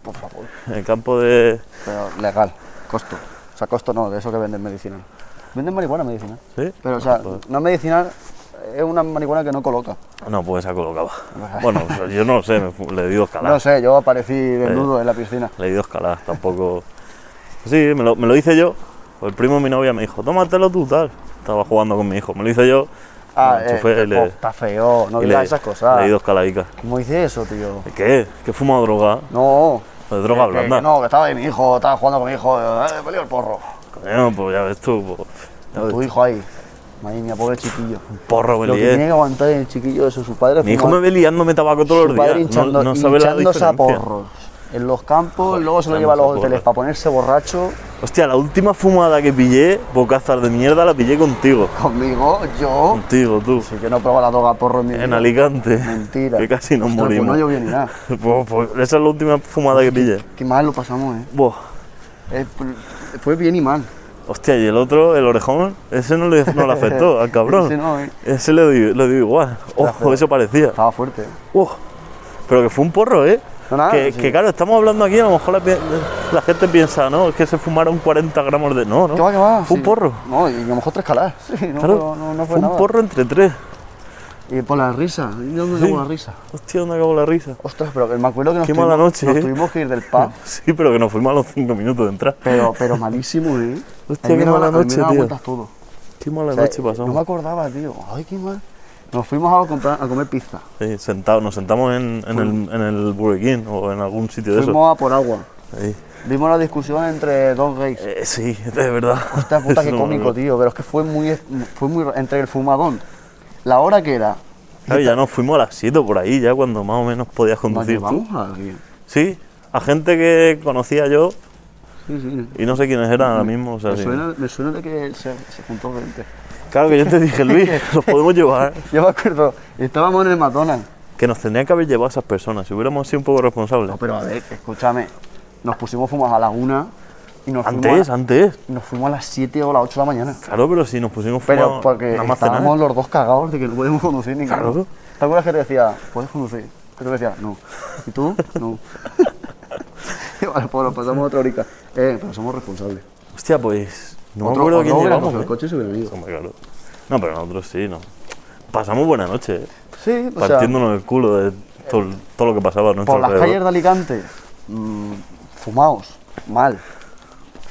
A: Por favor.
B: En el campo de.
A: Pero legal, costo. O sea, costo no, de eso que venden medicinal. Venden marihuana medicinal.
B: ¿Sí?
A: Pero, o sea, no medicinal, es una marihuana que no coloca.
B: No, pues esa colocaba. Bueno, o sea, yo no lo sé, me fu- le di dos
A: No
B: caladas.
A: sé, yo aparecí desnudo en la piscina.
B: Le di dos caladas, tampoco. Sí, me lo, me lo hice yo. Pues el primo de mi novia me dijo, tómatelo tú, tal. Estaba jugando con mi hijo. Me lo hice yo.
A: Ah,
B: lo
A: eh,
B: enchufé y le-
A: oh, está feo, no
B: y
A: digas
B: le-
A: esas cosas.
B: Le di dos caladicas.
A: ¿Cómo hice eso, tío?
B: ¿Qué? ¿Que he fumado droga?
A: No.
B: Pues droga
A: Que- que-
B: blanda.
A: que no, que estaba ahí mi hijo, estaba jugando con mi hijo, eh, me lío el porro.
B: Coño, pues ya ves tú, pues, ya ves
A: Tu
B: tú,
A: hijo ahí. Madre mía, pobre chiquillo.
B: porro me
A: Lo que
B: lié.
A: tiene que aguantar el chiquillo eso, su padre
B: Mi hijo me
A: fumando,
B: ve liándome tabaco todos
A: su
B: los días.
A: padre
B: no,
A: hinchando,
B: no sabe la
A: hinchándose
B: diferencia.
A: a porros. En los campos,
B: Joder,
A: luego se lo lleva a los
B: hinchándose a
A: hoteles
B: porros.
A: para ponerse borracho.
B: Hostia, la última fumada que pillé, bocazas de mierda, la pillé contigo.
A: Conmigo, yo.
B: Contigo, tú.
A: Si yo no pruebo la droga porro en mi
B: En
A: vida.
B: Alicante.
A: Mentira.
B: Que casi nos
A: Ostras, pues
B: morimos.
A: no llovió ni nada.
B: Pues- pues esa es la última fumada que pillé.
A: Qué mal lo pasamos, eh.
B: Buah.
A: Eh, fue- Fue bien y mal.
B: Hostia, y el otro, el orejón, ese no le, no le afectó al cabrón.
A: Ese no, eh.
B: Ese le dio, le dio igual. Ojo, eso parecía.
A: Estaba fuerte. eh.
B: Uf, pero que fue un porro, ¿eh?
A: No, nada,
B: que,
A: Ah, sí.
B: que claro, estamos hablando aquí, a lo mejor la, pi- la gente piensa, no, es que se fumaron 40 gramos de. No, no.
A: ¿Qué va, qué va?
B: Fue un
A: Sí.
B: porro.
A: No, y a lo mejor tres calas. Sí, no,
B: Claro,
A: no, no, no fue,
B: fue un
A: nada.
B: porro entre tres.
A: Y por la risa. ¿Y dónde
B: Sí.
A: acabó la risa?
B: Hostia, ¿dónde acabó la risa?
A: Ostras, pero que me acuerdo que nos,
B: Qué
A: tuvimos,
B: mala noche,
A: nos
B: eh.
A: tuvimos que ir del pub,
B: Sí, pero que nos fuimos a los 5 minutos de entrar.
A: pero, pero malísimo, ¿eh?
B: Hostia,
A: A mí me
B: qué
A: daba-
B: mala
A: a mí me
B: noche,
A: daba
B: tío.
A: vueltas todo.
B: Qué mala
A: O sea,
B: noche
A: No me
B: pasamos.
A: acordaba, tío. Ay, qué mal. Nos fuimos a, comprar, a comer pizza.
B: Sí, sentado, nos sentamos en, en el, en el Burger King o en algún sitio de eso.
A: Fuimos a por agua.
B: Sí,
A: Vimos la discusión entre dos gays.
B: Eh, sí, de verdad.
A: Esta puta
B: Eso
A: que
B: no me
A: cómico,
B: acuerdo.
A: tío, pero es que fue muy, fue muy entre el fumadón, la hora que era,
B: Claro, ya nos fuimos a las 7 por ahí, ya cuando más o menos podías
A: nos
B: conducir. tú.
A: llevamos a alguien.
B: Sí, a gente que conocía yo
A: Sí, sí.
B: y no sé quiénes eran ahora mismo. o sea,
A: Me
B: sí.
A: suena, me suena de que se, se juntó gente.
B: Claro que yo te dije, Luis, los podemos llevar.
A: Yo me acuerdo, estábamos en el McDonald's.
B: Que nos tendrían que haber llevado esas personas, si hubiéramos sido un poco responsables.
A: No, pero a ver, escúchame, nos pusimos fumas a la una y nos fuimos
B: Antes,
A: a,
B: antes.
A: y nos fuimos a las 7 o las 8 de la mañana.
B: Claro, pero si nos pusimos
A: Pero
B: fumados,
A: porque
B: nada más cenar.
A: estábamos los dos cagados de que no podíamos conducir ni
B: Claro.
A: cagando. ¿Te acuerdas que te decía, puedes conducir? Yo te decía, no. ¿Y tú? No. Y vale, pues nos pasamos otra horica. Eh, pero somos responsables.
B: Hostia, pues. No
A: Otro-
B: me acuerdo
A: otro
B: quién
A: hubiera
B: llevamos.
A: cogido el
B: ¿eh?
A: coche y se hubiera ido.
B: Hombre, claro. No, pero nosotros sí, no. Pasamos buena noche, ¿eh?
A: Sí, o sea,
B: partiéndonos el culo de todo, todo lo que pasaba a nuestro
A: por las calles
B: alrededor.
A: de Alicante, mm, fumaos, mal.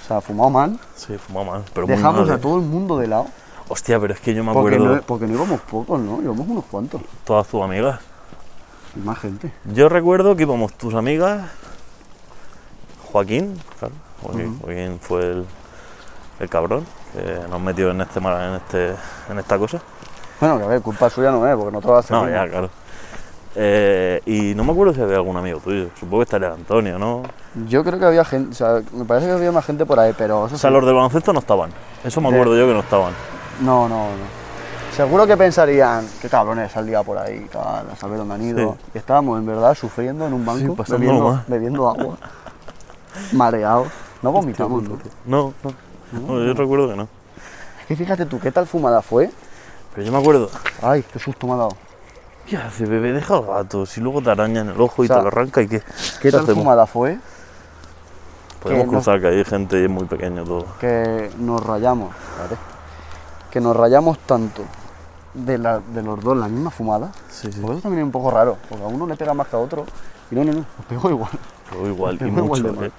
A: O sea, fumado mal.
B: Sí, fumaba mal, pero muy
A: Dejamos
B: mal,
A: a
B: ¿eh?
A: todo el mundo de lado.
B: Hostia, pero es que yo me
A: Porque
B: acuerdo
A: no, porque no íbamos pocos, ¿no? Íbamos unos cuantos.
B: todas tus amigas.
A: Y más gente.
B: Yo recuerdo que íbamos tus amigas, Joaquín, claro, Joaquín, Joaquín fue el, el cabrón que nos metió en este mar- en este en esta cosa.
A: Bueno, que a ver, culpa suya no es, porque nosotros
B: No,
A: hacemos.
B: ya, claro. Eh, y no me acuerdo si había algún amigo tuyo. Supongo que estaría Antonio, ¿no?
A: Yo creo que había gente, o sea, me parece que había más gente por ahí, pero... eso
B: O sea,
A: sí.
B: los del baloncesto no estaban. Eso me
A: Ya.
B: acuerdo yo que no estaban.
A: No, no, no. Seguro que pensarían, qué cabrones saldría por ahí, tal, a saber dónde han ido.
B: Sí.
A: Y estábamos en verdad sufriendo en un banco,
B: pasándolo
A: bebiendo,
B: mal.
A: bebiendo agua, mareados. No vomitamos, ¿no?
B: No, no. No, yo recuerdo que no.
A: Es que fíjate tú, ¿qué tal fumada fue?
B: Pero yo me acuerdo.
A: Ay, qué susto me ha dado.
B: ¿Qué hace, bebé? Deja al gato. Si luego te araña en el ojo y
A: O sea,
B: te lo arranca y qué.
A: ¿Qué tal
B: hacemos?
A: fumada fue?
B: Podemos
A: que no-
B: cruzar, que hay gente y es muy pequeño todo.
A: que nos rayamos, espérate, que nos rayamos tanto de, la- de los dos la misma fumada,
B: Sí, sí.
A: porque eso también es un poco raro, porque a uno le pega más que a otro, y no, no, no, nos pegó igual.
B: Pero igual, y
A: Pero igual de
B: mucho,
A: mal.
B: ¿eh?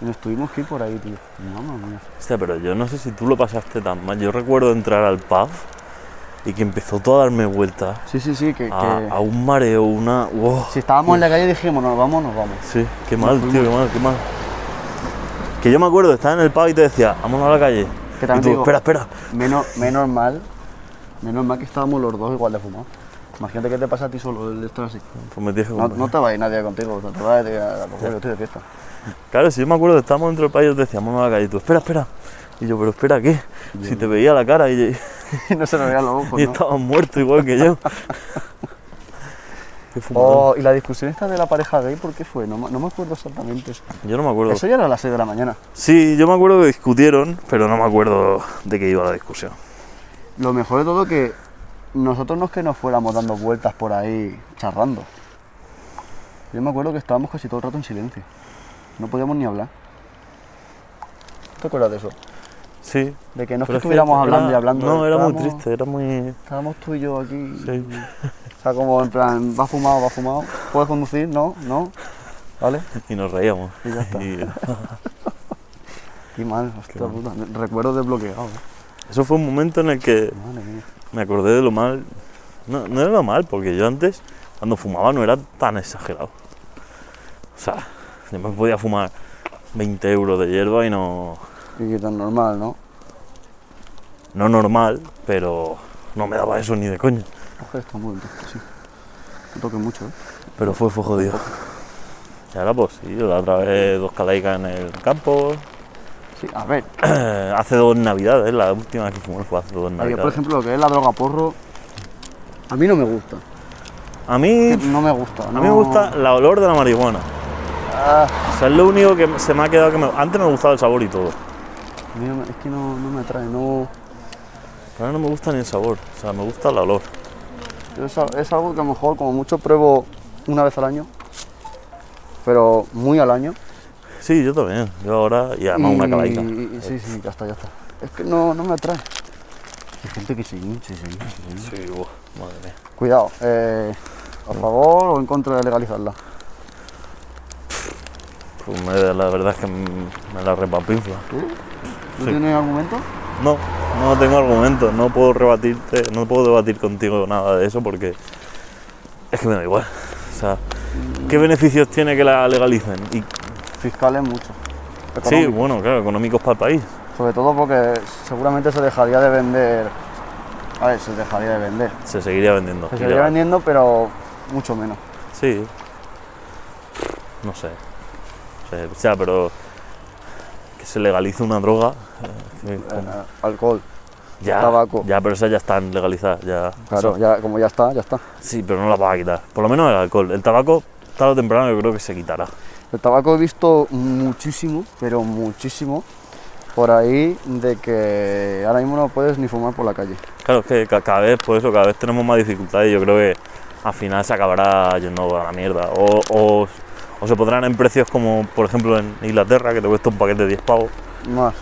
A: Y nos tuvimos que ir por ahí, tío. Mamma mía.
B: Hostia, pero yo no sé si tú lo pasaste tan mal. Yo recuerdo entrar al pub y que empezó todo a darme vueltas.
A: Sí, sí, sí, que,
B: A,
A: que-
B: a un mareo, una. wow.
A: si estábamos en la calle dijimos, nos vamos, nos vamos.
B: Sí, qué mal, tío, qué mal, qué mal. Que yo me acuerdo, estaba en el pub y te decía, vámonos a la calle.
A: Que también
B: y tú,
A: digo-
B: espera, espera.
A: Menos, menos mal, menos mal que estábamos los dos igual de fumados. Imagínate que te pasa a ti solo el de estar así.
B: Pues me tienes que
A: No,
B: acompañar.
A: no te va a ir nadie contigo, o sea, te va a ir a los yo estoy de fiesta.
B: Claro, si yo me acuerdo, estábamos dentro del pub y yo te decía, vámonos a la calle. Y tú, espera, espera. Y yo, pero espera, ¿qué? Si te veía la cara y,
A: Y no se nos veían los ojos,
B: y
A: Pues ¿no?
B: estabas muerto igual que yo. Qué fumador.
A: Oh, y la discusión esta de la pareja gay, ¿por qué fue? No, me- no me acuerdo exactamente.
B: Yo no me acuerdo.
A: Eso ya era a las 6 de la mañana.
B: Sí, yo me acuerdo que discutieron, pero no me acuerdo de qué iba la discusión.
A: Lo mejor de todo que nosotros no es que nos fuéramos dando vueltas por ahí charrando. Yo me acuerdo que estábamos casi todo el rato en silencio. No podíamos ni hablar. ¿Te acuerdas de eso?
B: Sí.
A: De que no es que
B: pero es que
A: estuviéramos
B: era-
A: hablando y hablando.
B: No, era muy
A: estábamos- Mm.
B: triste, era muy.
A: Estábamos tú y yo aquí.
B: Sí.
A: O sea, como en plan, va fumado, va fumado. ¿Puedes conducir? No, no. ¿Vale?
B: Y nos reíamos.
A: Y ya está.
B: Y-
A: Qué mal, hostia puta. Recuerdo desbloqueado. ¿eh?
B: eso fue un momento en el que
A: Madre mía.
B: me acordé de lo mal. No, no era lo mal, porque yo antes, cuando fumaba, no era tan exagerado. O sea, yo me podía fumar 20 euros de hierba y no.
A: Y que tan normal, ¿no?
B: No normal, pero no me daba eso ni de coño.
A: Ojo, está muy bien, sí. No toques mucho, ¿eh?
B: Pero fue, fue jodido. Y ahora pues sí, la otra vez dos calaicas en el campo.
A: Sí, a ver,
B: hace dos navidades, la última vez que fumé fue hace dos
A: a ver, eh, por
B: navidades.
A: ejemplo, lo que es la droga porro, a mí no me gusta.
B: A mí,
A: No me gusta.
B: a mí me gusta el olor de la marihuana.
A: Ah,
B: O sea, es lo único que se me ha quedado que me- Antes me gustaba el sabor y todo.
A: a mí no me- es que no, no me atrae, no.
B: Pero ahora no me gusta ni el sabor. O sea, me gusta el olor.
A: Yo Es, al- es algo que a lo mejor, como mucho, pruebo una vez al año, pero muy al año.
B: Sí, yo también. Yo ahora, y además una
A: Y-
B: calaica.
A: y- sí, sí, ya está, ya está. Es que no, no me atrae. Hay gente que se hincha, y se hincha, y se hincha.
B: Sí, buah, madre mía.
A: Cuidado, eh, a favor o en contra de legalizarla.
B: Pues me- la verdad es que m- me la repampinfla.
A: ¿Tú? ¿No
B: Sí.
A: tienes argumento?
B: No, no tengo argumentos. No puedo rebatirte, no puedo debatir contigo nada de eso porque es que me da igual. O sea, ¿qué beneficios tiene que la legalicen? Y
A: Fiscales mucho.
B: Sí,
A: Económico.
B: bueno, claro, económicos para el país.
A: Sobre todo porque seguramente se dejaría de vender. A ver, se dejaría de vender.
B: Se seguiría vendiendo.
A: Se
B: Ilegal.
A: seguiría vendiendo, pero mucho menos. eh,
B: Sí. No sé. O sea, pero que se legalice una droga. eh, que-
A: Eh, alcohol.
B: ya,
A: tabaco.
B: ya, pero esas ya están legalizadas. Ya.
A: Claro,
B: O
A: ya, como ya está, ya está.
B: sea, sí, pero no las vas a quitar. Por lo menos el alcohol. El tabaco, tarde o temprano, yo creo que se quitará.
A: El tabaco he visto muchísimo, pero muchísimo, por ahí de que ahora mismo no puedes ni fumar por la calle.
B: Claro, es que ca- cada vez, por eso, cada vez tenemos más dificultades. y Yo creo que al final se acabará yendo a la mierda. O, o, o se pondrán en precios como, por ejemplo, en Inglaterra, que te cuesta un paquete de 10 pavos.
A: Más.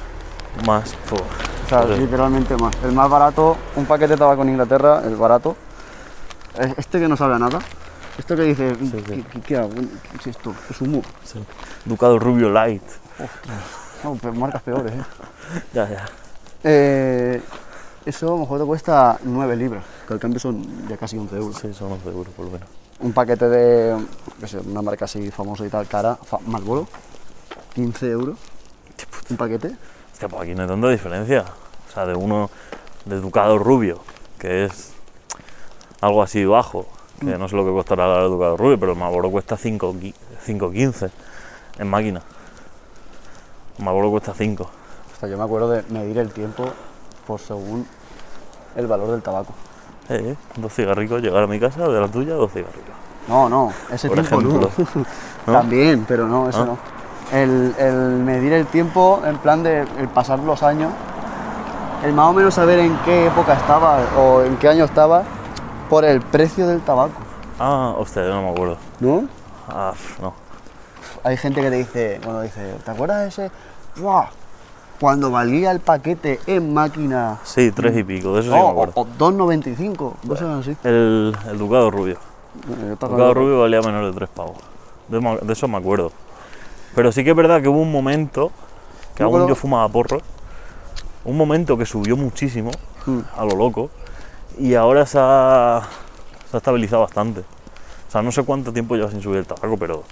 B: Más, pues,
A: O sea,
B: Joder.
A: literalmente más. El más barato, un paquete de tabaco en Inglaterra, el barato. Eh, Este que no sabe a nada. Esto que dice, ¿qué, qué- qué hago? ¿Qué es esto? Es humo.
B: Ducado Rubio Light.
A: No, pe- marcas peores, eh.
B: Ya, ya.
A: Eh, eso a lo mejor te cuesta 9 libras, que al cambio son ya casi 11 euros.
B: Sí, son 11 euros por lo menos.
A: Un paquete de qué sé, una marca así famosa y tal, cara, fa- Marlboro, 15 euros. Un paquete.
B: Hostia, pues aquí no hay tanta diferencia. O sea, de uno de Ducado Rubio, que es algo así bajo, que no sé lo que costará el Ducado Rubio, pero el Marlboro cuesta 5 qui- 5.15 en máquina. El Marlboro cuesta 5.
A: Hasta yo me acuerdo de medir el tiempo por según el valor del tabaco.
B: Eh, eh, dos cigarricos, llegar a mi casa, de la tuya, dos cigarricos.
A: No, no, ese
B: Por
A: tiempo no.
B: ejemplo. ¿No?
A: También, pero no, eso
B: Ah.
A: no. El, el medir el tiempo en plan de el pasar los años, el más o menos saber en qué época estaba o en qué año estaba por el precio del tabaco,
B: Ah, hostia, yo no me acuerdo.
A: ¿no?
B: Ah, pf, no.
A: Hay gente que te dice, cuando dice, ¿te acuerdas de ese? ¡Buah! Cuando valía el paquete en máquina. oh,
B: Sí, tres y pico, de eso sí que
A: No,
B: me
A: o,
B: acuerdo.
A: o 2.95, cosas así.
B: El, el Ducado Rubio. El Ducado Rubio valía menos de tres pavos. De, ma- de eso me acuerdo. Pero sí que es verdad que hubo un momento que
A: Yo
B: aún
A: creo-
B: yo fumaba porro. Un momento que subió muchísimo,
A: Mm.
B: a lo loco. Y ahora se ha, se ha estabilizado bastante. O sea, no sé cuánto tiempo lleva sin subir el tabaco, pero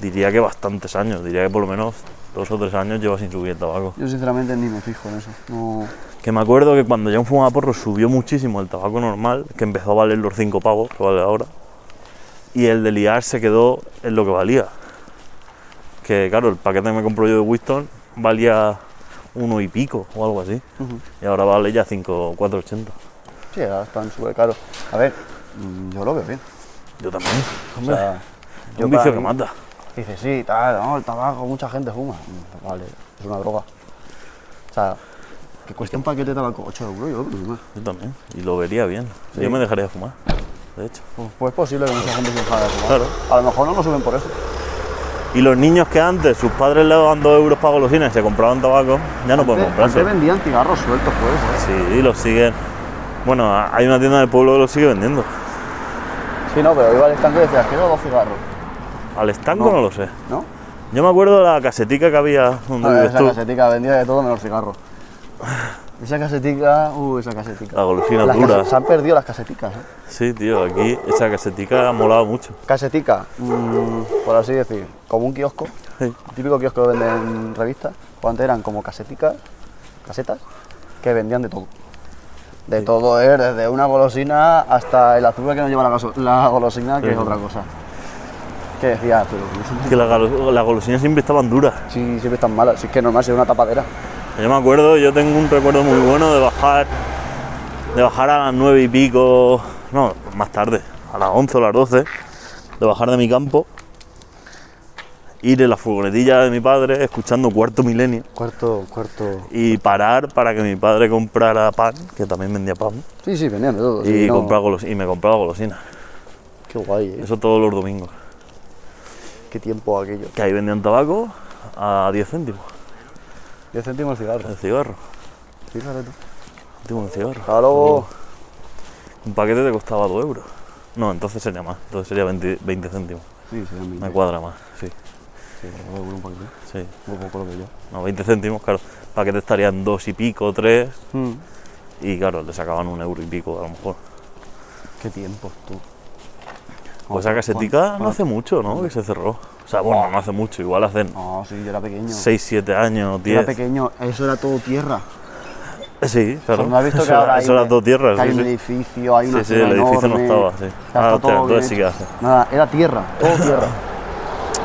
B: diría que bastantes años. Diría que por lo menos dos o tres años lleva sin subir el tabaco.
A: Yo sinceramente ni me fijo en eso. No.
B: Que me acuerdo que cuando yo fumaba porro subió muchísimo el tabaco normal, que empezó a valer los 5 pavos, que vale ahora. Y el de liar se quedó en lo que valía. Que claro, el paquete que me compró yo de Winston valía uno y pico o algo así.
A: Ujú.
B: Y ahora vale ya 5, 4,80.
A: Sí, ahora están súper caros. A ver, mm, yo lo veo bien.
B: Yo también.
A: O
B: Hombre,
A: sea,
B: es
A: yo
B: un vicio
A: para
B: que
A: mí-
B: mata.
A: Dice, sí, tal, no, el tabaco, mucha gente fuma. Mm, Vale, es una droga. O sea, que cuesta un paquete de tabaco 8 euros, yo creo que más.
B: Yo también. Y lo vería bien.
A: Sí.
B: Yo me dejaría de fumar, de hecho.
A: Pues, pues es posible que mucha gente se enfade de fumar.
B: Claro.
A: A lo mejor no lo suben por eso.
B: Y los niños que antes sus padres le daban 2 euros para golosinas y se compraban tabaco, ya no pueden
A: Antes-
B: comprarse.
A: antes vendían cigarros sueltos, pues. ¿eh?
B: Sí, y los siguen. Bueno, a- hay una tienda del pueblo que los sigue vendiendo.
A: Sí, no, pero iba al estanco y decía, quiero dos cigarros,
B: Al estanco no,
A: No.
B: lo sé.
A: ¿no?
B: Yo me acuerdo de la casetica que había donde
A: A ver,
B: vives
A: Ah, esa
B: tú.
A: casetica vendía de todo menos cigarros. Esa casetica, uh, esa casetica.
B: La golosina
A: Las
B: dura.
A: case- se han perdido las caseticas. ¿eh?
B: Sí, tío, aquí esa casetica ha molado mucho.
A: Casetica, mm, por así decir, como un kiosco,
B: Sí.
A: típico kiosco que venden revistas, pues antes eran como caseticas, casetas, que vendían de todo. De todo es, desde una golosina hasta el azúcar que nos lleva la, gaso- la golosina, que es
B: Ujú.
A: otra cosa. Que decía, pero ¿cómo son
B: Que las galo- las golosinas siempre estaban duras.
A: si siempre están malas, si es que normal si es una tapadera.
B: Yo me acuerdo, yo tengo un recuerdo muy bueno de bajar de bajar a las nueve y pico, no, más tarde, a las 11 o las 12, de bajar de mi campo, ir en la furgonetilla de mi padre escuchando Cuarto Milenio
A: Cuarto, cuarto.
B: y parar para que mi padre comprara pan, que también vendía pan,
A: Sí, sí, vendían de todo.
B: y,
A: Pues sí, no.
B: compraba golos- y me compraba golosinas.
A: Qué guay, ¿eh?
B: Eso todos los domingos.
A: qué tiempo aquello.
B: Que ahí vendían tabaco a 10 céntimos
A: 10 céntimos el cigarro.
B: el cigarro.
A: Fíjate tú.
B: céntimos el cigarro.
A: Ahora luego,
B: Un paquete te costaba 2 euros. No, entonces sería más, entonces sería 20, 20 céntimos.
A: Sí, sí, sí,
B: Una cuadra más, sí,
A: un poquito,
B: sí.
A: un poco lo que yo.
B: No, 20 céntimos, claro. Para que te estarían dos y pico, tres.
A: Mm.
B: Y claro, le sacaban un euro y pico a lo mejor.
A: Qué tiempos tú.
B: Pues esa casetica no hace mucho, ¿no? Que se cerró. O sea, bueno, no hace mucho. Igual hacen
A: No, sí, yo era pequeño.
B: 6, 7 años,
A: Yo era
B: 10.
A: pequeño, eso era todo tierra.
B: Eh, Sí,
A: Pero
B: claro.
A: Pues no has visto
B: eso
A: que ahora
B: era-
A: hay
B: eso eran
A: un-
B: dos tierras.
A: que hay
B: sí,
A: un
B: sí.
A: edificio, hay una
B: Sí, sí,
A: ciudad
B: el edificio no
A: enorme.
B: estaba, sí.
A: O sea,
B: Ah,
A: está todo
B: hostia, entonces
A: bien
B: sí que
A: hecho.
B: hace.
A: Nada, era tierra, todo tierra.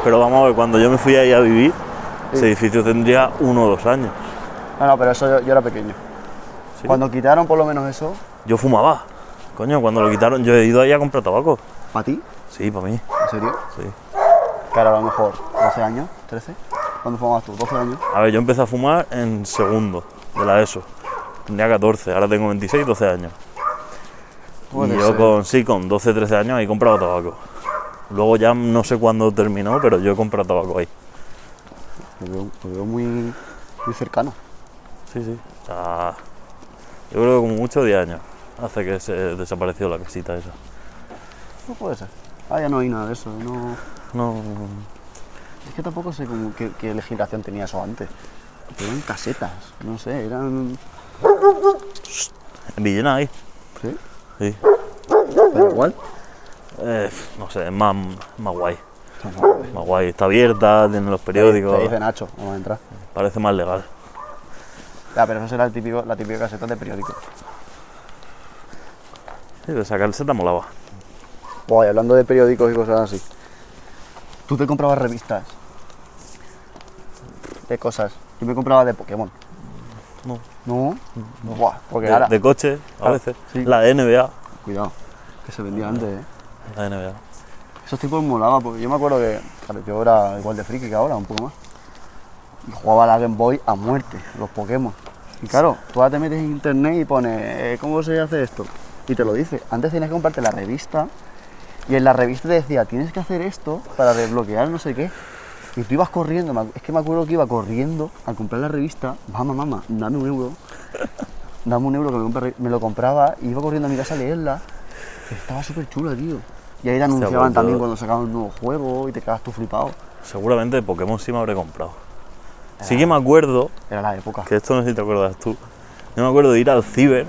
B: Pero vamos a ver, cuando yo me fui ahí a vivir, ese edificio tendría uno o dos años.
A: No, no, pero eso yo, yo era pequeño.
B: Sí.
A: Cuando quitaron por lo menos eso,
B: Yo fumaba. Coño, cuando lo quitaron, yo he ido ahí a comprar tabaco.
A: ¿para ti?
B: Sí, para mí.
A: ¿En serio?
B: Sí.
A: Claro, a lo mejor 12 años, 13. ¿Cuándo fumabas tú? 12 años.
B: A ver, yo empecé a fumar en segundo de la ESO. Tenía 14, ahora tengo 26, 12 años.
A: Puede
B: y yo
A: ser.
B: con, sí, con 12, 13 años ahí compraba tabaco. Luego ya no sé cuándo terminó, pero yo he comprado tabaco ahí.
A: Lo veo, lo veo muy, muy cercano.
B: Sí, sí. O sea, yo creo que como mucho 10 años hace que se desapareció la casita esa.
A: No puede ser. Ah, ya no hay nada de eso. No...
B: No,
A: Es que tampoco sé cómo, qué, qué legislación tenía eso antes. Eran casetas, no sé, eran...
B: en Villena ahí.
A: Sí,
B: Sí.
A: pero igual.
B: Eh, no sé, es más, más guay.
A: Te
B: Más guay. Está abierta, tiene los periódicos.
A: dice Nacho, vamos a entrar.
B: Parece más legal.
A: Ya, pero eso será el típico, la típica caseta de periódico.
B: Sí, pero esa calceta molaba.
A: Buah, y hablando de periódicos y cosas así. Tú te comprabas revistas. De cosas. Yo me compraba de Pokémon.
B: No.
A: No. Buah, porque
B: De,
A: ahora.
B: de coche, a
A: Ahora,
B: veces.
A: sí.
B: La de NBA.
A: Cuidado. Que se vendía antes, eh.
B: La de NBA.
A: Esos tipos molaban, porque yo me acuerdo que claro, yo era igual de friki que ahora, un poco más. Y jugaba a la Game Boy a muerte, los Pokémon. Y claro, tú ahora te metes en internet y pones, eh, ¿cómo se hace esto? Y te lo dice. Antes tenías que comprarte la revista y en la revista te decía, tienes que hacer esto para desbloquear no sé qué. Y tú ibas corriendo, me ac- es que me acuerdo que iba corriendo a comprar la revista, mamá, mamá, dame un euro, dame un euro que me, compre- me lo compraba y iba corriendo a mi casa a leerla. Estaba súper chula, tío. Y ahí te anunciaban
B: pues,
A: también
B: yo-
A: cuando sacaban un nuevo juego y te quedas tú flipado.
B: Seguramente de Pokémon sí me habré comprado.
A: Ah.
B: Sí que me acuerdo,
A: Era la época.
B: que esto no sé si te acuerdas tú, yo me acuerdo de ir al ciber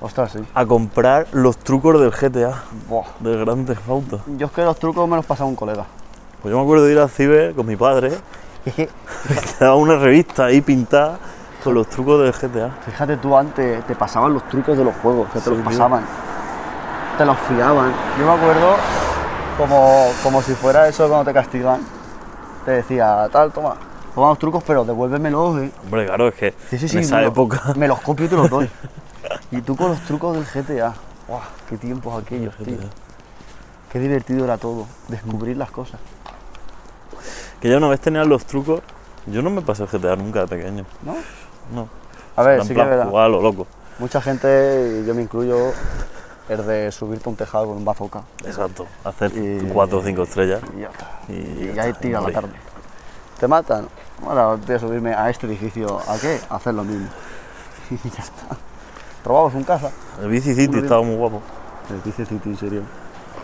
A: Ostras, sí.
B: a comprar los trucos del GTA,
A: Buah.
B: del Grand Theft Auto.
A: Yo es que los trucos me los pasaba un colega.
B: Pues yo me acuerdo de ir al ciber con mi padre,
A: Es que,
B: te daba una revista ahí pintada con los trucos del GTA.
A: fíjate tú, antes te pasaban los trucos de los juegos, que te
B: Sí,
A: los
B: tío.
A: pasaban. Te los fiaban. Yo me acuerdo como, como si fuera eso cuando te castigan. Te decía, tal, toma, toma los trucos, pero devuélvemelos, eh.
B: Hombre, claro, es que
A: Sí, sí, sí,
B: en esa
A: me los-
B: época
A: me los copio y te los doy. y tú con los trucos del GTA. Buah, qué tiempos aquellos, tío. Qué divertido era todo, descubrir las cosas.
B: Que ya una vez tenían los trucos, yo no me pasé el GTA nunca de pequeño.
A: ¿No?
B: No.
A: A
B: Era
A: ver,
B: en
A: Pues sí que es
B: plan,
A: verdad.
B: jugaba a lo loco.
A: Mucha gente, y yo me incluyo, es de subirte a un tejado con un bazooka
B: Exacto. Hacer
A: Y-
B: cuatro o cinco estrellas.
A: y ya está.
B: Y,
A: Y,
B: ya
A: ahí
B: está,
A: tira la
B: morí.
A: tarde. ¿Te matan? Ahora voy a subirme a este edificio. ¿A qué? A hacer lo mismo. y ya está. Robamos un caza.
B: El Bici City
A: Muy
B: estaba muy guapo.
A: El dice City, en serio.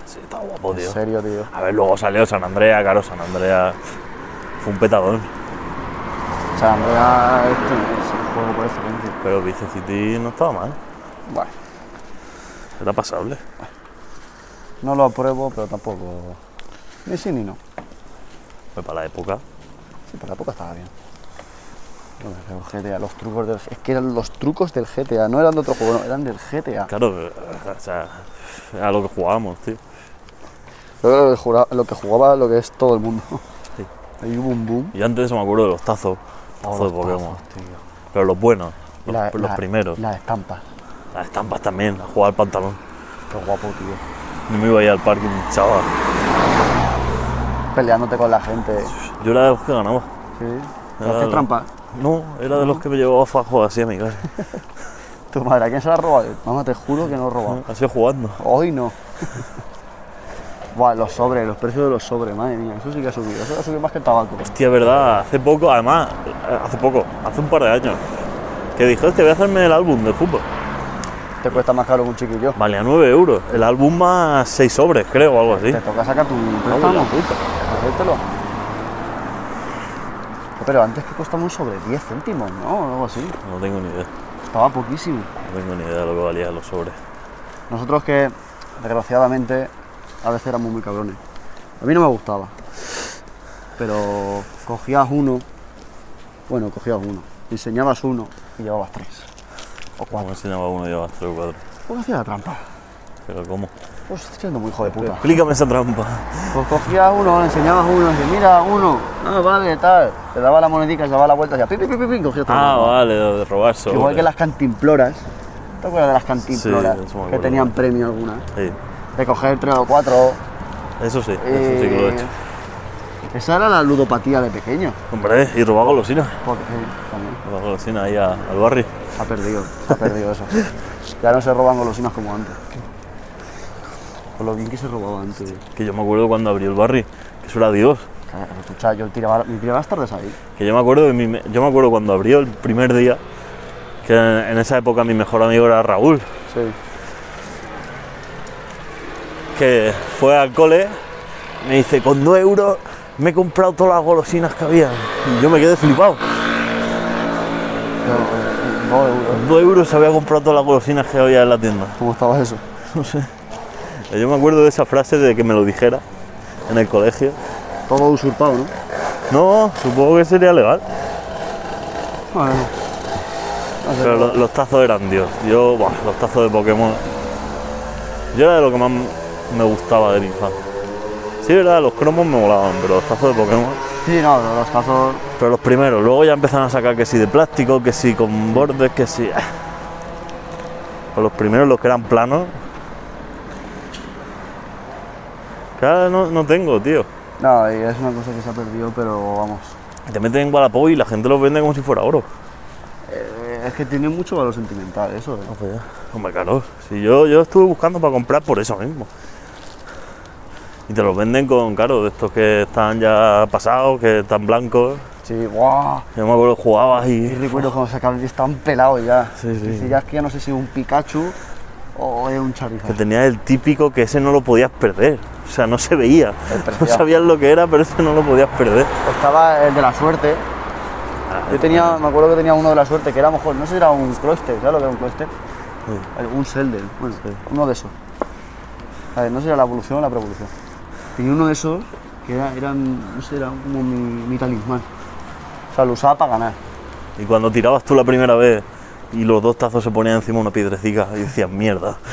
B: Sí, estaba guapo,
A: En
B: tío.
A: serio, tío.
B: A ver, luego salió San Andrea, claro, San Andrea fue un petadón.
A: San Andreas, este es el juego por excelencia.
B: Pero Bici City no estaba mal,
A: Bueno,
B: era pasable.
A: no lo apruebo, pero tampoco. Ni sí ni no.
B: Pues para la época.
A: Sí, para la época estaba bien. Bueno, pero GTA, los trucos del Es que eran los trucos del GTA, no eran de otro juego, no, eran del GTA.
B: Claro, o sea, a lo que jugábamos, tío.
A: Yo creo que lo que jura- lo que jugaba lo que es todo el mundo.
B: Sí.
A: Ahí hubo un boom.
B: Yo antes de eso me acuerdo de los tazos.
A: Oh,
B: Tazos de Pokémon. Pero los buenos, los,
A: La-
B: los
A: la-
B: primeros.
A: Las estampas.
B: Las estampas también, a jugar al pantalón.
A: Qué guapo, tío.
B: No me iba a ir al parque un chaval.
A: Peleándote con la gente.
B: Yo era de los que ganaba.
A: Sí.
B: Ah,
A: Haces
B: la-
A: trampa.
B: No, era de los que me llevaba fajos así a mi casa.
A: Tu madre, ¿a quién se la ha robado? Mamá, te juro que no he robado.
B: Así jugando.
A: Hoy no. Buah, los sobres, los precios de los sobres, madre mía, eso sí que ha subido. Eso ha subido más que el tabaco.
B: Hostia, verdad, hace poco, además, eh, hace poco, hace un par de años, que dije, hostia, voy a hacerme el álbum de fútbol.
A: Te cuesta más caro que un chiquillo.
B: Valía 9 euros. El álbum más 6 sobres, creo, o algo así.
A: Te toca sacar tu
B: Cago en la
A: préstamo.
B: puta.
A: Hacértelo. Pero antes que costaba un sobre 10 céntimos, ¿no? O algo así.
B: No tengo ni idea.
A: Estaba poquísimo.
B: No tengo ni idea de lo que valían los sobres.
A: Nosotros que, desgraciadamente, a veces éramos muy cabrones. A mí no me gustaba. Pero cogías uno, bueno, cogías uno, diseñabas uno y llevabas tres. O
B: ¿Cómo
A: cuatro.
B: enseñaba uno llevaba 3 o 4?
A: ¿Cómo hacía la trampa?
B: Pero ¿cómo?
A: Pues estoy siendo muy hijo de puta.
B: Explícame esa trampa.
A: Pues cogías uno, le enseñabas uno, y decías, mira, uno, ah, vale, tal. Le daba la monedica, se daba la vuelta, hacía pi, pi, pi, pi, pi, y cogías todo.
B: Ah, vale, de robar sobres.
A: Igual que las cantimploras. ¿Te acuerdas de las cantimploras?
B: Sí, eso me
A: que
B: acuerdo.
A: tenían premio algunas.
B: Sí,
A: De coger tres o cuatro.
B: eso sí, eso sí que lo he
A: eh,
B: hecho.
A: Esa era la ludopatía de pequeño.
B: Hombre, y robaba golosinas.
A: Porque sí, también
B: Robaba golosinas ahí a- al barrio.
A: se ha perdido, se ha perdido eso. Ya no se roban golosinas como antes. Por lo bien que se robaba antes.
B: Que yo me acuerdo cuando abrió el barrio, que eso era Dios.
A: Claro, tú, cha, yo tiraba, me tiraba las tardes ahí.
B: Que yo me acuerdo de mi me- yo me acuerdo cuando abrió el primer día, que en esa época mi mejor amigo era Raúl,
A: Sí.
B: que fue al cole, me dice, con 2 euros me he comprado todas las golosinas que había. Y yo me quedé flipado.
A: Pero, eh, no, eh,
B: Con 2 euros había comprado todas las golosinas que había en la tienda.
A: ¿Cómo estaba eso?
B: Y Yo me acuerdo de esa frase de que me lo dijera en el colegio.
A: Todo usurpado, ¿no?
B: No, supongo que sería legal.
A: Bueno, no sé.
B: Pero lo- los tazos eran Dios. Yo, buah, los tazos de Pokémon. Yo era de lo que más me gustaba de mi infancia. Sí, verdad, los cromos me molaban, pero los tazos de Pokémon.
A: Sí, no, pero los tazos.
B: Pero los primeros, luego ya empezaron a sacar que sí de plástico, que sí con bordes, que sí. Pero los primeros, los que eran planos. Claro, no, no tengo, tío.
A: No, y es una cosa que se ha perdido, pero vamos.
B: Te meten en Wallapop y la gente los vende como si fuera oro.
A: Eh, es que tiene mucho valor sentimental eso. eh.
B: Hombre, claro. Si yo, yo estuve buscando para comprar por eso mismo. Y te los venden con, claro, de estos que están ya pasados, que están blancos.
A: Sí, guau.
B: Yo me acuerdo que jugabas
A: Y
B: y.
A: recuerdo cuando sacaron y estaban pelados ya.
B: Sí, sí.
A: Y si ya es que ya no sé si es un Pikachu o es un
B: Que
A: Charizard.
B: tenías el típico que ese no lo podías perder. O sea, no se veía.
A: El
B: No
A: preciado.
B: sabías lo que era, pero ese no lo podías perder.
A: Estaba el de la suerte.
B: Ah,
A: Yo tenía, me acuerdo que tenía uno de la suerte, que era a lo mejor, no sé si era un cluster, ¿sabes lo que era un cluster? Eh, Un Selden, bueno, uno de esos. A ver, no sé si era la evolución o la prevolución. Tenía uno de esos que era, eran, no sé, era como mi, mi talismán. O sea, lo usaba para ganar.
B: Y cuando tirabas tú la primera vez y los dos tazos se ponían encima una piedrecita y decías, mierda.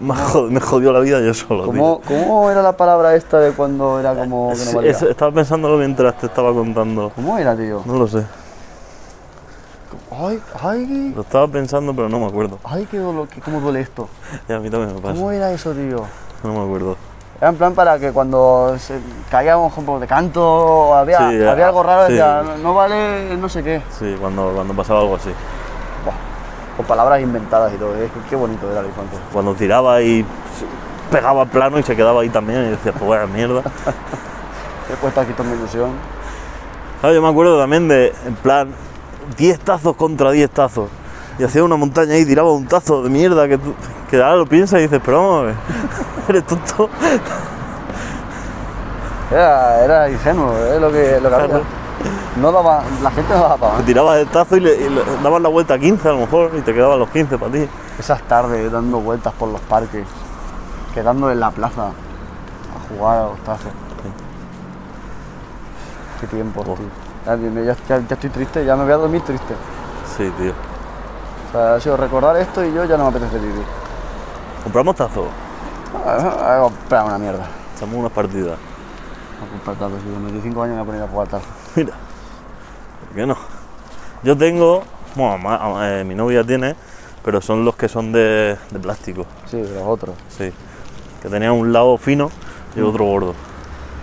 B: Me, ha jod- me jodió la vida yo solo. tío".
A: ¿Cómo, ¿Cómo era la palabra esta de cuando era como que no
B: Pues Eh, Sí,
A: valía?
B: eso- estaba pensándolo mientras te estaba contando.
A: ¿Cómo era, tío?
B: No lo sé.
A: Ay, ay,
B: Lo estaba pensando, pero no me acuerdo.
A: ay, qué dolor, qué- cómo duele esto.
B: Ya, a mí también me pasa.
A: ¿Cómo era eso, tío?
B: No me acuerdo.
A: Era en plan para que cuando se caía un poco de canto o había,
B: Sí, ya.
A: había algo raro,
B: Sí.
A: decía, "No- no vale no sé qué.
B: Sí, cuando, cuando pasaba algo así.
A: Buah, Con palabras inventadas y todo, ¿eh? qué bonito era la infancia.
B: Cuando tiraba y pegaba plano y se quedaba ahí también y decías, pues vaya mierda.
A: He puesto aquí toda mi ilusión.
B: Claro, yo me acuerdo también de, en plan, 10 tazos contra 10 tazos. Y hacía una montaña ahí y tiraba un tazo de mierda que, tú- que ahora lo piensas y dices, pero vamos a ver, eres tonto.
A: Era, era ingenuo, ¿eh? lo que, lo que había.
B: Claro.
A: No daba, la gente no daba para
B: Te
A: más.
B: tirabas el tazo y, le, y le- dabas la vuelta a 15 a lo mejor y te quedaban los 15 para ti.
A: Esas tardes dando vueltas por los parques, quedando en la plaza a jugar a los tazos. Qué tiempo,
B: Buah.
A: tío. Ya, dime, ya- ya- ya estoy triste, ya me voy a dormir triste.
B: Sí, tío.
A: O sea, ha sido recordar esto y yo ya no me apetece vivir.
B: Compramos tazos,
A: Ah, ah, espera, una mierda.
B: echamos unas partidas.
A: A comprar tazos, tío. Con 25 años me voy a poner a jugar tazos.
B: Mira, ¿por qué no? Yo tengo, bueno, ma- eh, mi novia tiene, pero son los que son de, de plástico,
A: Sí, de los otros.
B: sí. Que tenían un lado fino y
A: Mm.
B: otro gordo.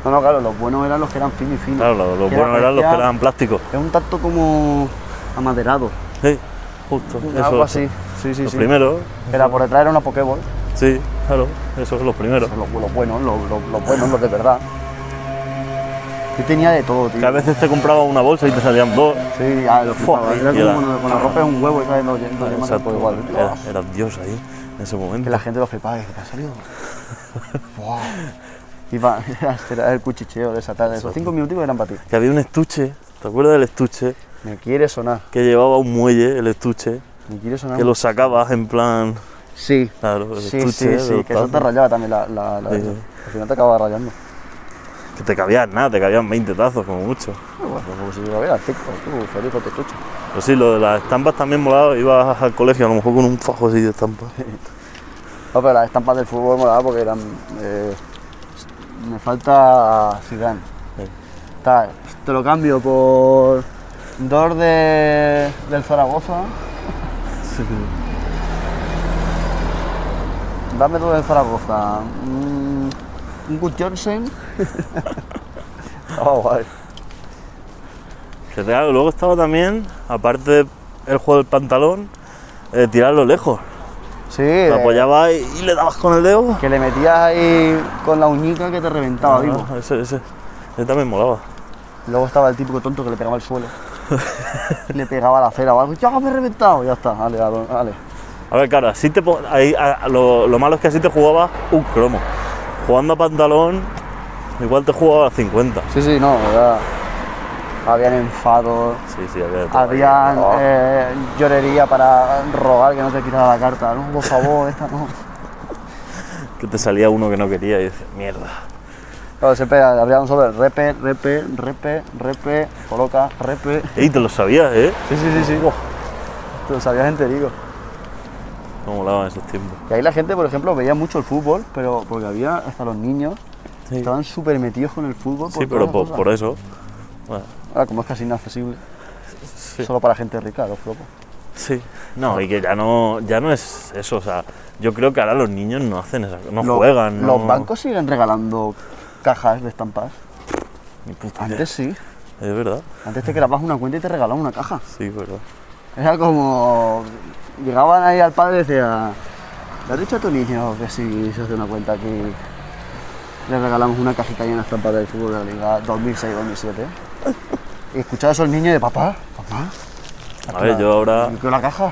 A: No, no, claro, los buenos eran los que eran finos y finos.
B: Claro, los, los
A: Que
B: buenos eran los que
A: parecía-
B: eran plásticos.
A: Es un tacto como amaderado.
B: Sí, justo.
A: algo
B: eso,
A: así. Sí, sí,
B: Los
A: sí.
B: primeros,
A: Era por detrás era una Pokéball.
B: sí, claro, esos son los primeros.
A: Son Los, los buenos, los, los- los buenos, los de verdad. Yo tenía de todo, tío.
B: Que a veces te compraba una bolsa y te salían dos.
A: Sí, a los
B: Fua,
A: flipaba. Era
B: y
A: como
B: la-
A: cuando con la ropa es un huevo y trae dos dos yemas,
B: Ah, Exacto,
A: pues igual.
B: era,
A: Buah,
B: era Dios ahí, en ese
A: Que
B: momento.
A: la gente lo flipaba. ¿Qué te ha salido? Buah. Iba, era el cuchicheo de esa tarde. Esos cinco minutos eran para ti.
B: Que había un estuche, ¿te acuerdas del estuche?
A: Me quiere sonar.
B: Que llevaba un muelle, el estuche,
A: Me quiere sonar.
B: que lo sacabas en plan...
A: Sí.
B: Claro, el
A: Sí,
B: estuche
A: sí,
B: de
A: sí,
B: los
A: que eso te
B: tazos.
A: rayaba también la... la, la-
B: Sí, sí.
A: Al final te acababa rayando.
B: Que te cabían nada, te cabían 20 tazos como mucho.
A: Pero bueno, como si lo vieras, chico, tú, feliz con tu chucho.
B: Pero sí, lo de las estampas también molaba, ibas al colegio a lo mejor con un fajo así de estampas.
A: No, pero las estampas del fútbol molaba porque eran... eh, me falta Zidane.
B: Sí.
A: Tal, te lo cambio por... Dor de, del Zaragoza. Dame dos del Zaragoza. Mm, un Good Johnson.
B: Ah,
A: oh, guay.
B: Que claro, luego estaba también, aparte del juego del pantalón, eh, tirarlo lejos.
A: Sí,
B: Te
A: eh,
B: apoyabas y, y le dabas con el dedo.
A: que le metías ahí con la uñica que te reventaba vivo.
B: Ah, ese, ese, ese también molaba.
A: Luego estaba el típico tonto que le pegaba al suelo. le pegaba a la acera o algo. Ya me he reventado. Ya está, dale, dale. dale.
B: A ver, claro, así te, po- ahí, a- lo, lo malo es que así te jugabas un cromo. Jugando a pantalón, igual te jugabas a 50.
A: Sí, sí, no, era- Habían enfado,
B: Sí, sí, había de todo.
A: habían
B: Oh.
A: eh, llorería para rogar que no te quitara la carta. No, por favor, esta no.
B: Que te salía uno que no quería y dices, mierda.
A: Claro, siempre habría un sobre, repe, repe, repe, repe, coloca, repe. Oh.
B: Y te lo sabías, ¿eh?
A: Sí, sí, sí, sí. Te lo sabías enterico.
B: Cómo molaban esos tiempos.
A: Y ahí la gente, por ejemplo, veía mucho el fútbol, pero porque había hasta los niños,
B: Sí.
A: estaban súper metidos con el fútbol.
B: Sí,
A: todas
B: pero por,
A: cosas.
B: por eso. Bueno,
A: Ahora, como es casi inaccesible, solo para gente rica, los flopos.
B: sí. No, y que ya no, ya no es eso. O sea, yo creo que ahora los niños no hacen esa No
A: Lo-
B: juegan.
A: Los
B: no-
A: bancos siguen regalando cajas de estampas.
B: Ni puta idea.
A: Antes sí.
B: Es verdad.
A: Antes te creabas una cuenta y te regalaban una caja.
B: Sí, es verdad.
A: Era como. Llegaban ahí al padre y decía. ¿Le has dicho a tu niño que si se hace una cuenta aquí le regalamos una cajita llena de estampas del fútbol de la Liga 2006-2007? Y escuchaba eso el niño de papá, papá.
B: A ver, yo ahora.
A: Con la caja.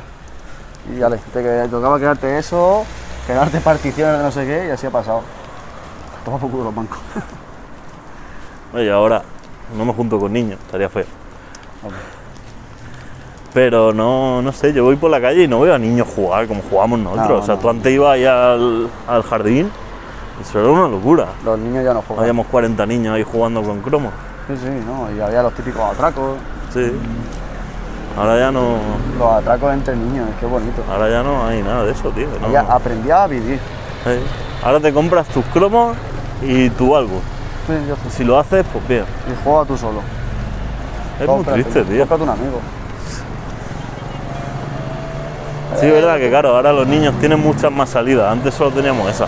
A: Y ya le te que- tocaba quedarte eso, quedarte particiones de no sé qué, y así ha pasado. Toma por culo los bancos.
B: Oye, ahora no me junto con niños, estaría feo.
A: Hombre.
B: Pero no, no sé, yo voy por la calle y no veo a niños jugar como jugábamos nosotros.
A: No,
B: o sea,
A: no.
B: tú antes ibas ahí al, al jardín y eso era una locura.
A: Los niños ya no juegan.
B: Habíamos 40 niños ahí jugando con cromos.
A: Sí, sí, no. Y había los típicos atracos.
B: Sí. Ahora ya no.
A: Los atracos entre niños, qué bonito.
B: Ahora ya no hay nada de eso, tío. no.
A: Ya ah. aprendía a vivir.
B: Sí. Ahora te compras tus cromos y tu álbum.
A: Sí, yo sí.
B: Si lo haces, pues bien.
A: Y juega tú solo.
B: Es
A: Cómprate,
B: muy triste, tío.
A: Cómprate un amigo.
B: Sí, es verdad que claro, ahora los niños tienen muchas más salidas. Antes solo teníamos esa.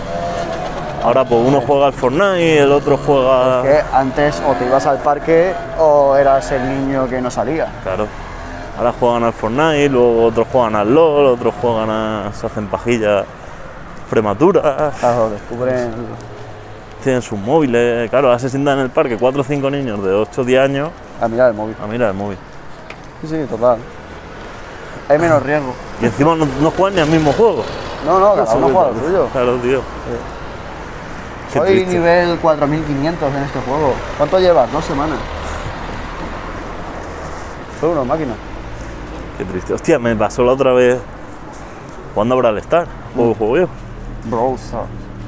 B: Ahora pues uno juega al Fortnite, el otro juega...
A: Que antes o te ibas al parque o eras el niño que no salía.
B: Claro. Ahora juegan al Fortnite, luego otros juegan al LOL, otros juegan a... se hacen pajillas prematuras,
A: Claro, descubren.
B: tienen sus móviles. Claro, ahora se sientan en el parque cuatro o cinco niños de 8 o 10 años
A: A mirar el móvil.
B: a mirar el móvil.
A: Sí, sí, total. Hay menos riesgo.
B: Y encima no, no juegan ni al mismo juego.
A: No, no, cada uno juega lo suyo.
B: Claro, tío. Qué
A: Soy
B: triste.
A: nivel 4500 en este juego. ¿Cuánto llevas? Dos semanas. Soy una máquina.
B: Qué triste. Hostia, me pasó la otra vez jugando a Brawl Stars, juego que juego yo.
A: Bro, Stars.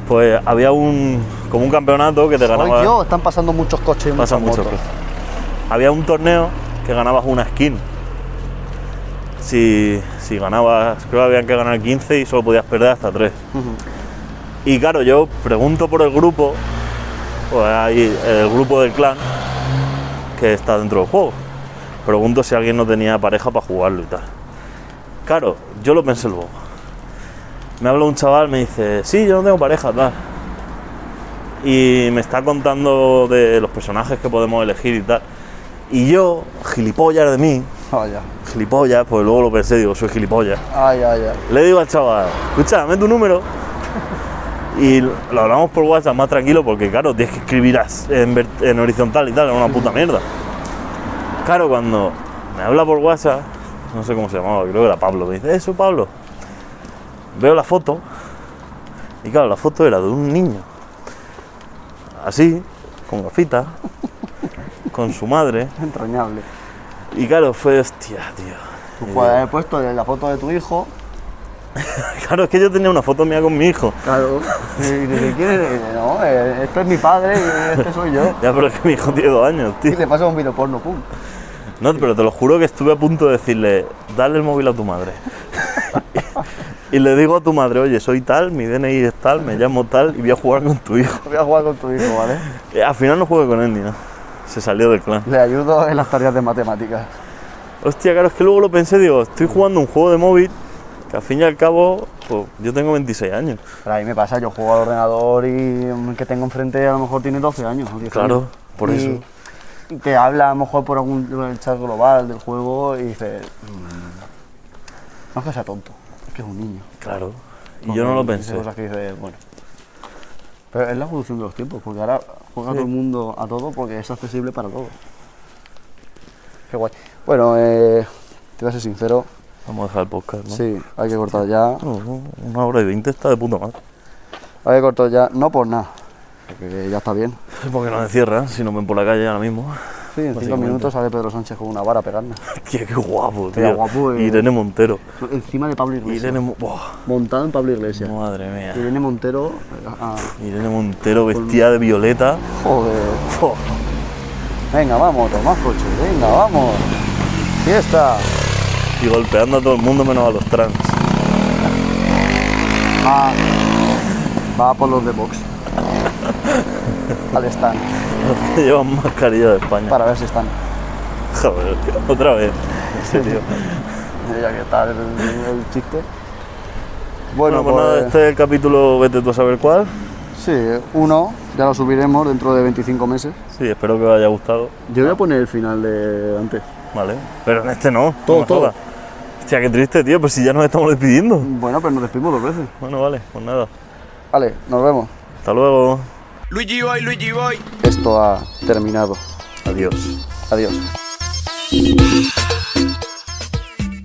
B: Pues había un como un campeonato que te ganaba.
A: Hoy yo, están pasando muchos coches y
B: pasa
A: muchas
B: mucho. pues.
A: motos.
B: Había un torneo que ganabas una skin. Si, si ganabas, creo que habían que ganar 15 y solo podías perder hasta 3. Y claro, yo pregunto por el grupo, pues hay el grupo del clan que está dentro del juego. Pregunto si alguien no tenía pareja para jugarlo y tal. Claro, yo lo pensé luego. Me habla un chaval, me dice, sí, yo no tengo pareja, tal. Y me está contando de los personajes que podemos elegir y tal. Y yo, gilipollas de mí,
A: Vaya.
B: gilipollas, pues luego lo pensé, digo, soy gilipollas.
A: Ay, ay, ay.
B: Le digo al chaval, escucha, dame tu número. Y lo hablamos por WhatsApp más tranquilo porque, claro, tienes que escribir as- en, ver- en horizontal y tal, era una puta mierda. Claro, cuando me habla por WhatsApp, no sé cómo se llamaba, creo que era Pablo, me dice, eso Pablo. Veo la foto y, claro, la foto era de un niño. Así, con gafitas, con su madre.
A: Entrañable.
B: Y, claro, fue, hostia, tío.
A: Tú puedes haber puesto la foto de tu hijo.
B: Claro, es que yo tenía una foto mía con mi hijo.
A: Claro. Y dice, ¿quién eres? Y dice, No, eh, este es mi padre y este soy yo.
B: Ya, pero es que mi hijo tiene dos años,
A: Y
B: tío.
A: le pasa un video porno, pum.
B: No, pero te lo juro que estuve a punto de decirle, dale el móvil a tu madre. y le digo a tu madre, oye, soy tal, mi DNI es tal, me llamo tal y voy a jugar con tu hijo.
A: Voy a jugar con tu hijo, ¿vale?
B: Y al final no jugué con él ni nada. Se salió del clan.
A: Le ayudo en las tareas de matemáticas.
B: Hostia, claro, es que luego lo pensé, digo, estoy jugando un juego de móvil que al fin y al cabo, pues yo tengo 26 años.
A: Pero ahí me pasa, yo juego al ordenador y mm, el que tengo enfrente a lo mejor tiene 12 años. o 10
B: Claro,
A: años.
B: por
A: Y-
B: eso.
A: Y te habla a lo mejor por algún por el chat global del juego y dices. mm, No es que sea tonto, es que es un niño.
B: Claro. Y yo no lo
A: Dice
B: pensé.
A: cosas que dices, bueno. Pero es la evolución de los tiempos, porque ahora juega todo el mundo a todo porque es accesible para todos. Qué guay. Bueno, eh, te voy a ser sincero.
B: Vamos a dejar el podcast, ¿no?
A: Sí, hay que cortar ya.
B: No, no, Una hora y veinte está de puta madre.
A: Hay que cortar ya, no por nada, porque ya está bien.
B: Porque nos encierran si nos ven por la calle ahora mismo.
A: Sí, en cinco
B: Básicamente.
A: minutos sale Pedro Sánchez con una vara pegando.
B: Qué, qué guapo,
A: Qué
B: tío.
A: guapo, eh.
B: Irene Montero.
A: Encima de Pablo Iglesias.
B: Irene, Mo- buah,
A: Montado en Pablo Iglesias.
B: madre mía.
A: Irene Montero. eh, ah,
B: Irene Montero vestida de violeta.
A: joder.
B: Buah,
A: Venga, vamos, tomás coche. Venga, vamos. Fiesta.
B: Y golpeando a todo el mundo menos a los trans.
A: va, Ah. va por los de box. Al stand,
B: Los que llevan mascarilla de España.
A: para ver si están.
B: Joder, otra vez. En serio.
A: Ya que tal el, el chiste. Bueno,
B: Bueno, pues nada,
A: pues,
B: este es el capítulo, vete tú a saber cuál.
A: sí, uno, ya lo subiremos dentro de 25 meses.
B: Sí, espero que os haya gustado.
A: Yo voy a poner el final de antes.
B: Vale. Pero en este no.
A: Todo,
B: no me
A: todo.
B: jodas. Hostia, qué triste, tío, pues si ya nos estamos despidiendo.
A: Bueno, pero nos despedimos dos veces.
B: Bueno, vale, pues nada.
A: Vale, nos vemos.
B: Hasta luego.
D: Luigi Boy, Luigi Boy.
A: Esto ha terminado.
B: Adiós.
A: Adiós.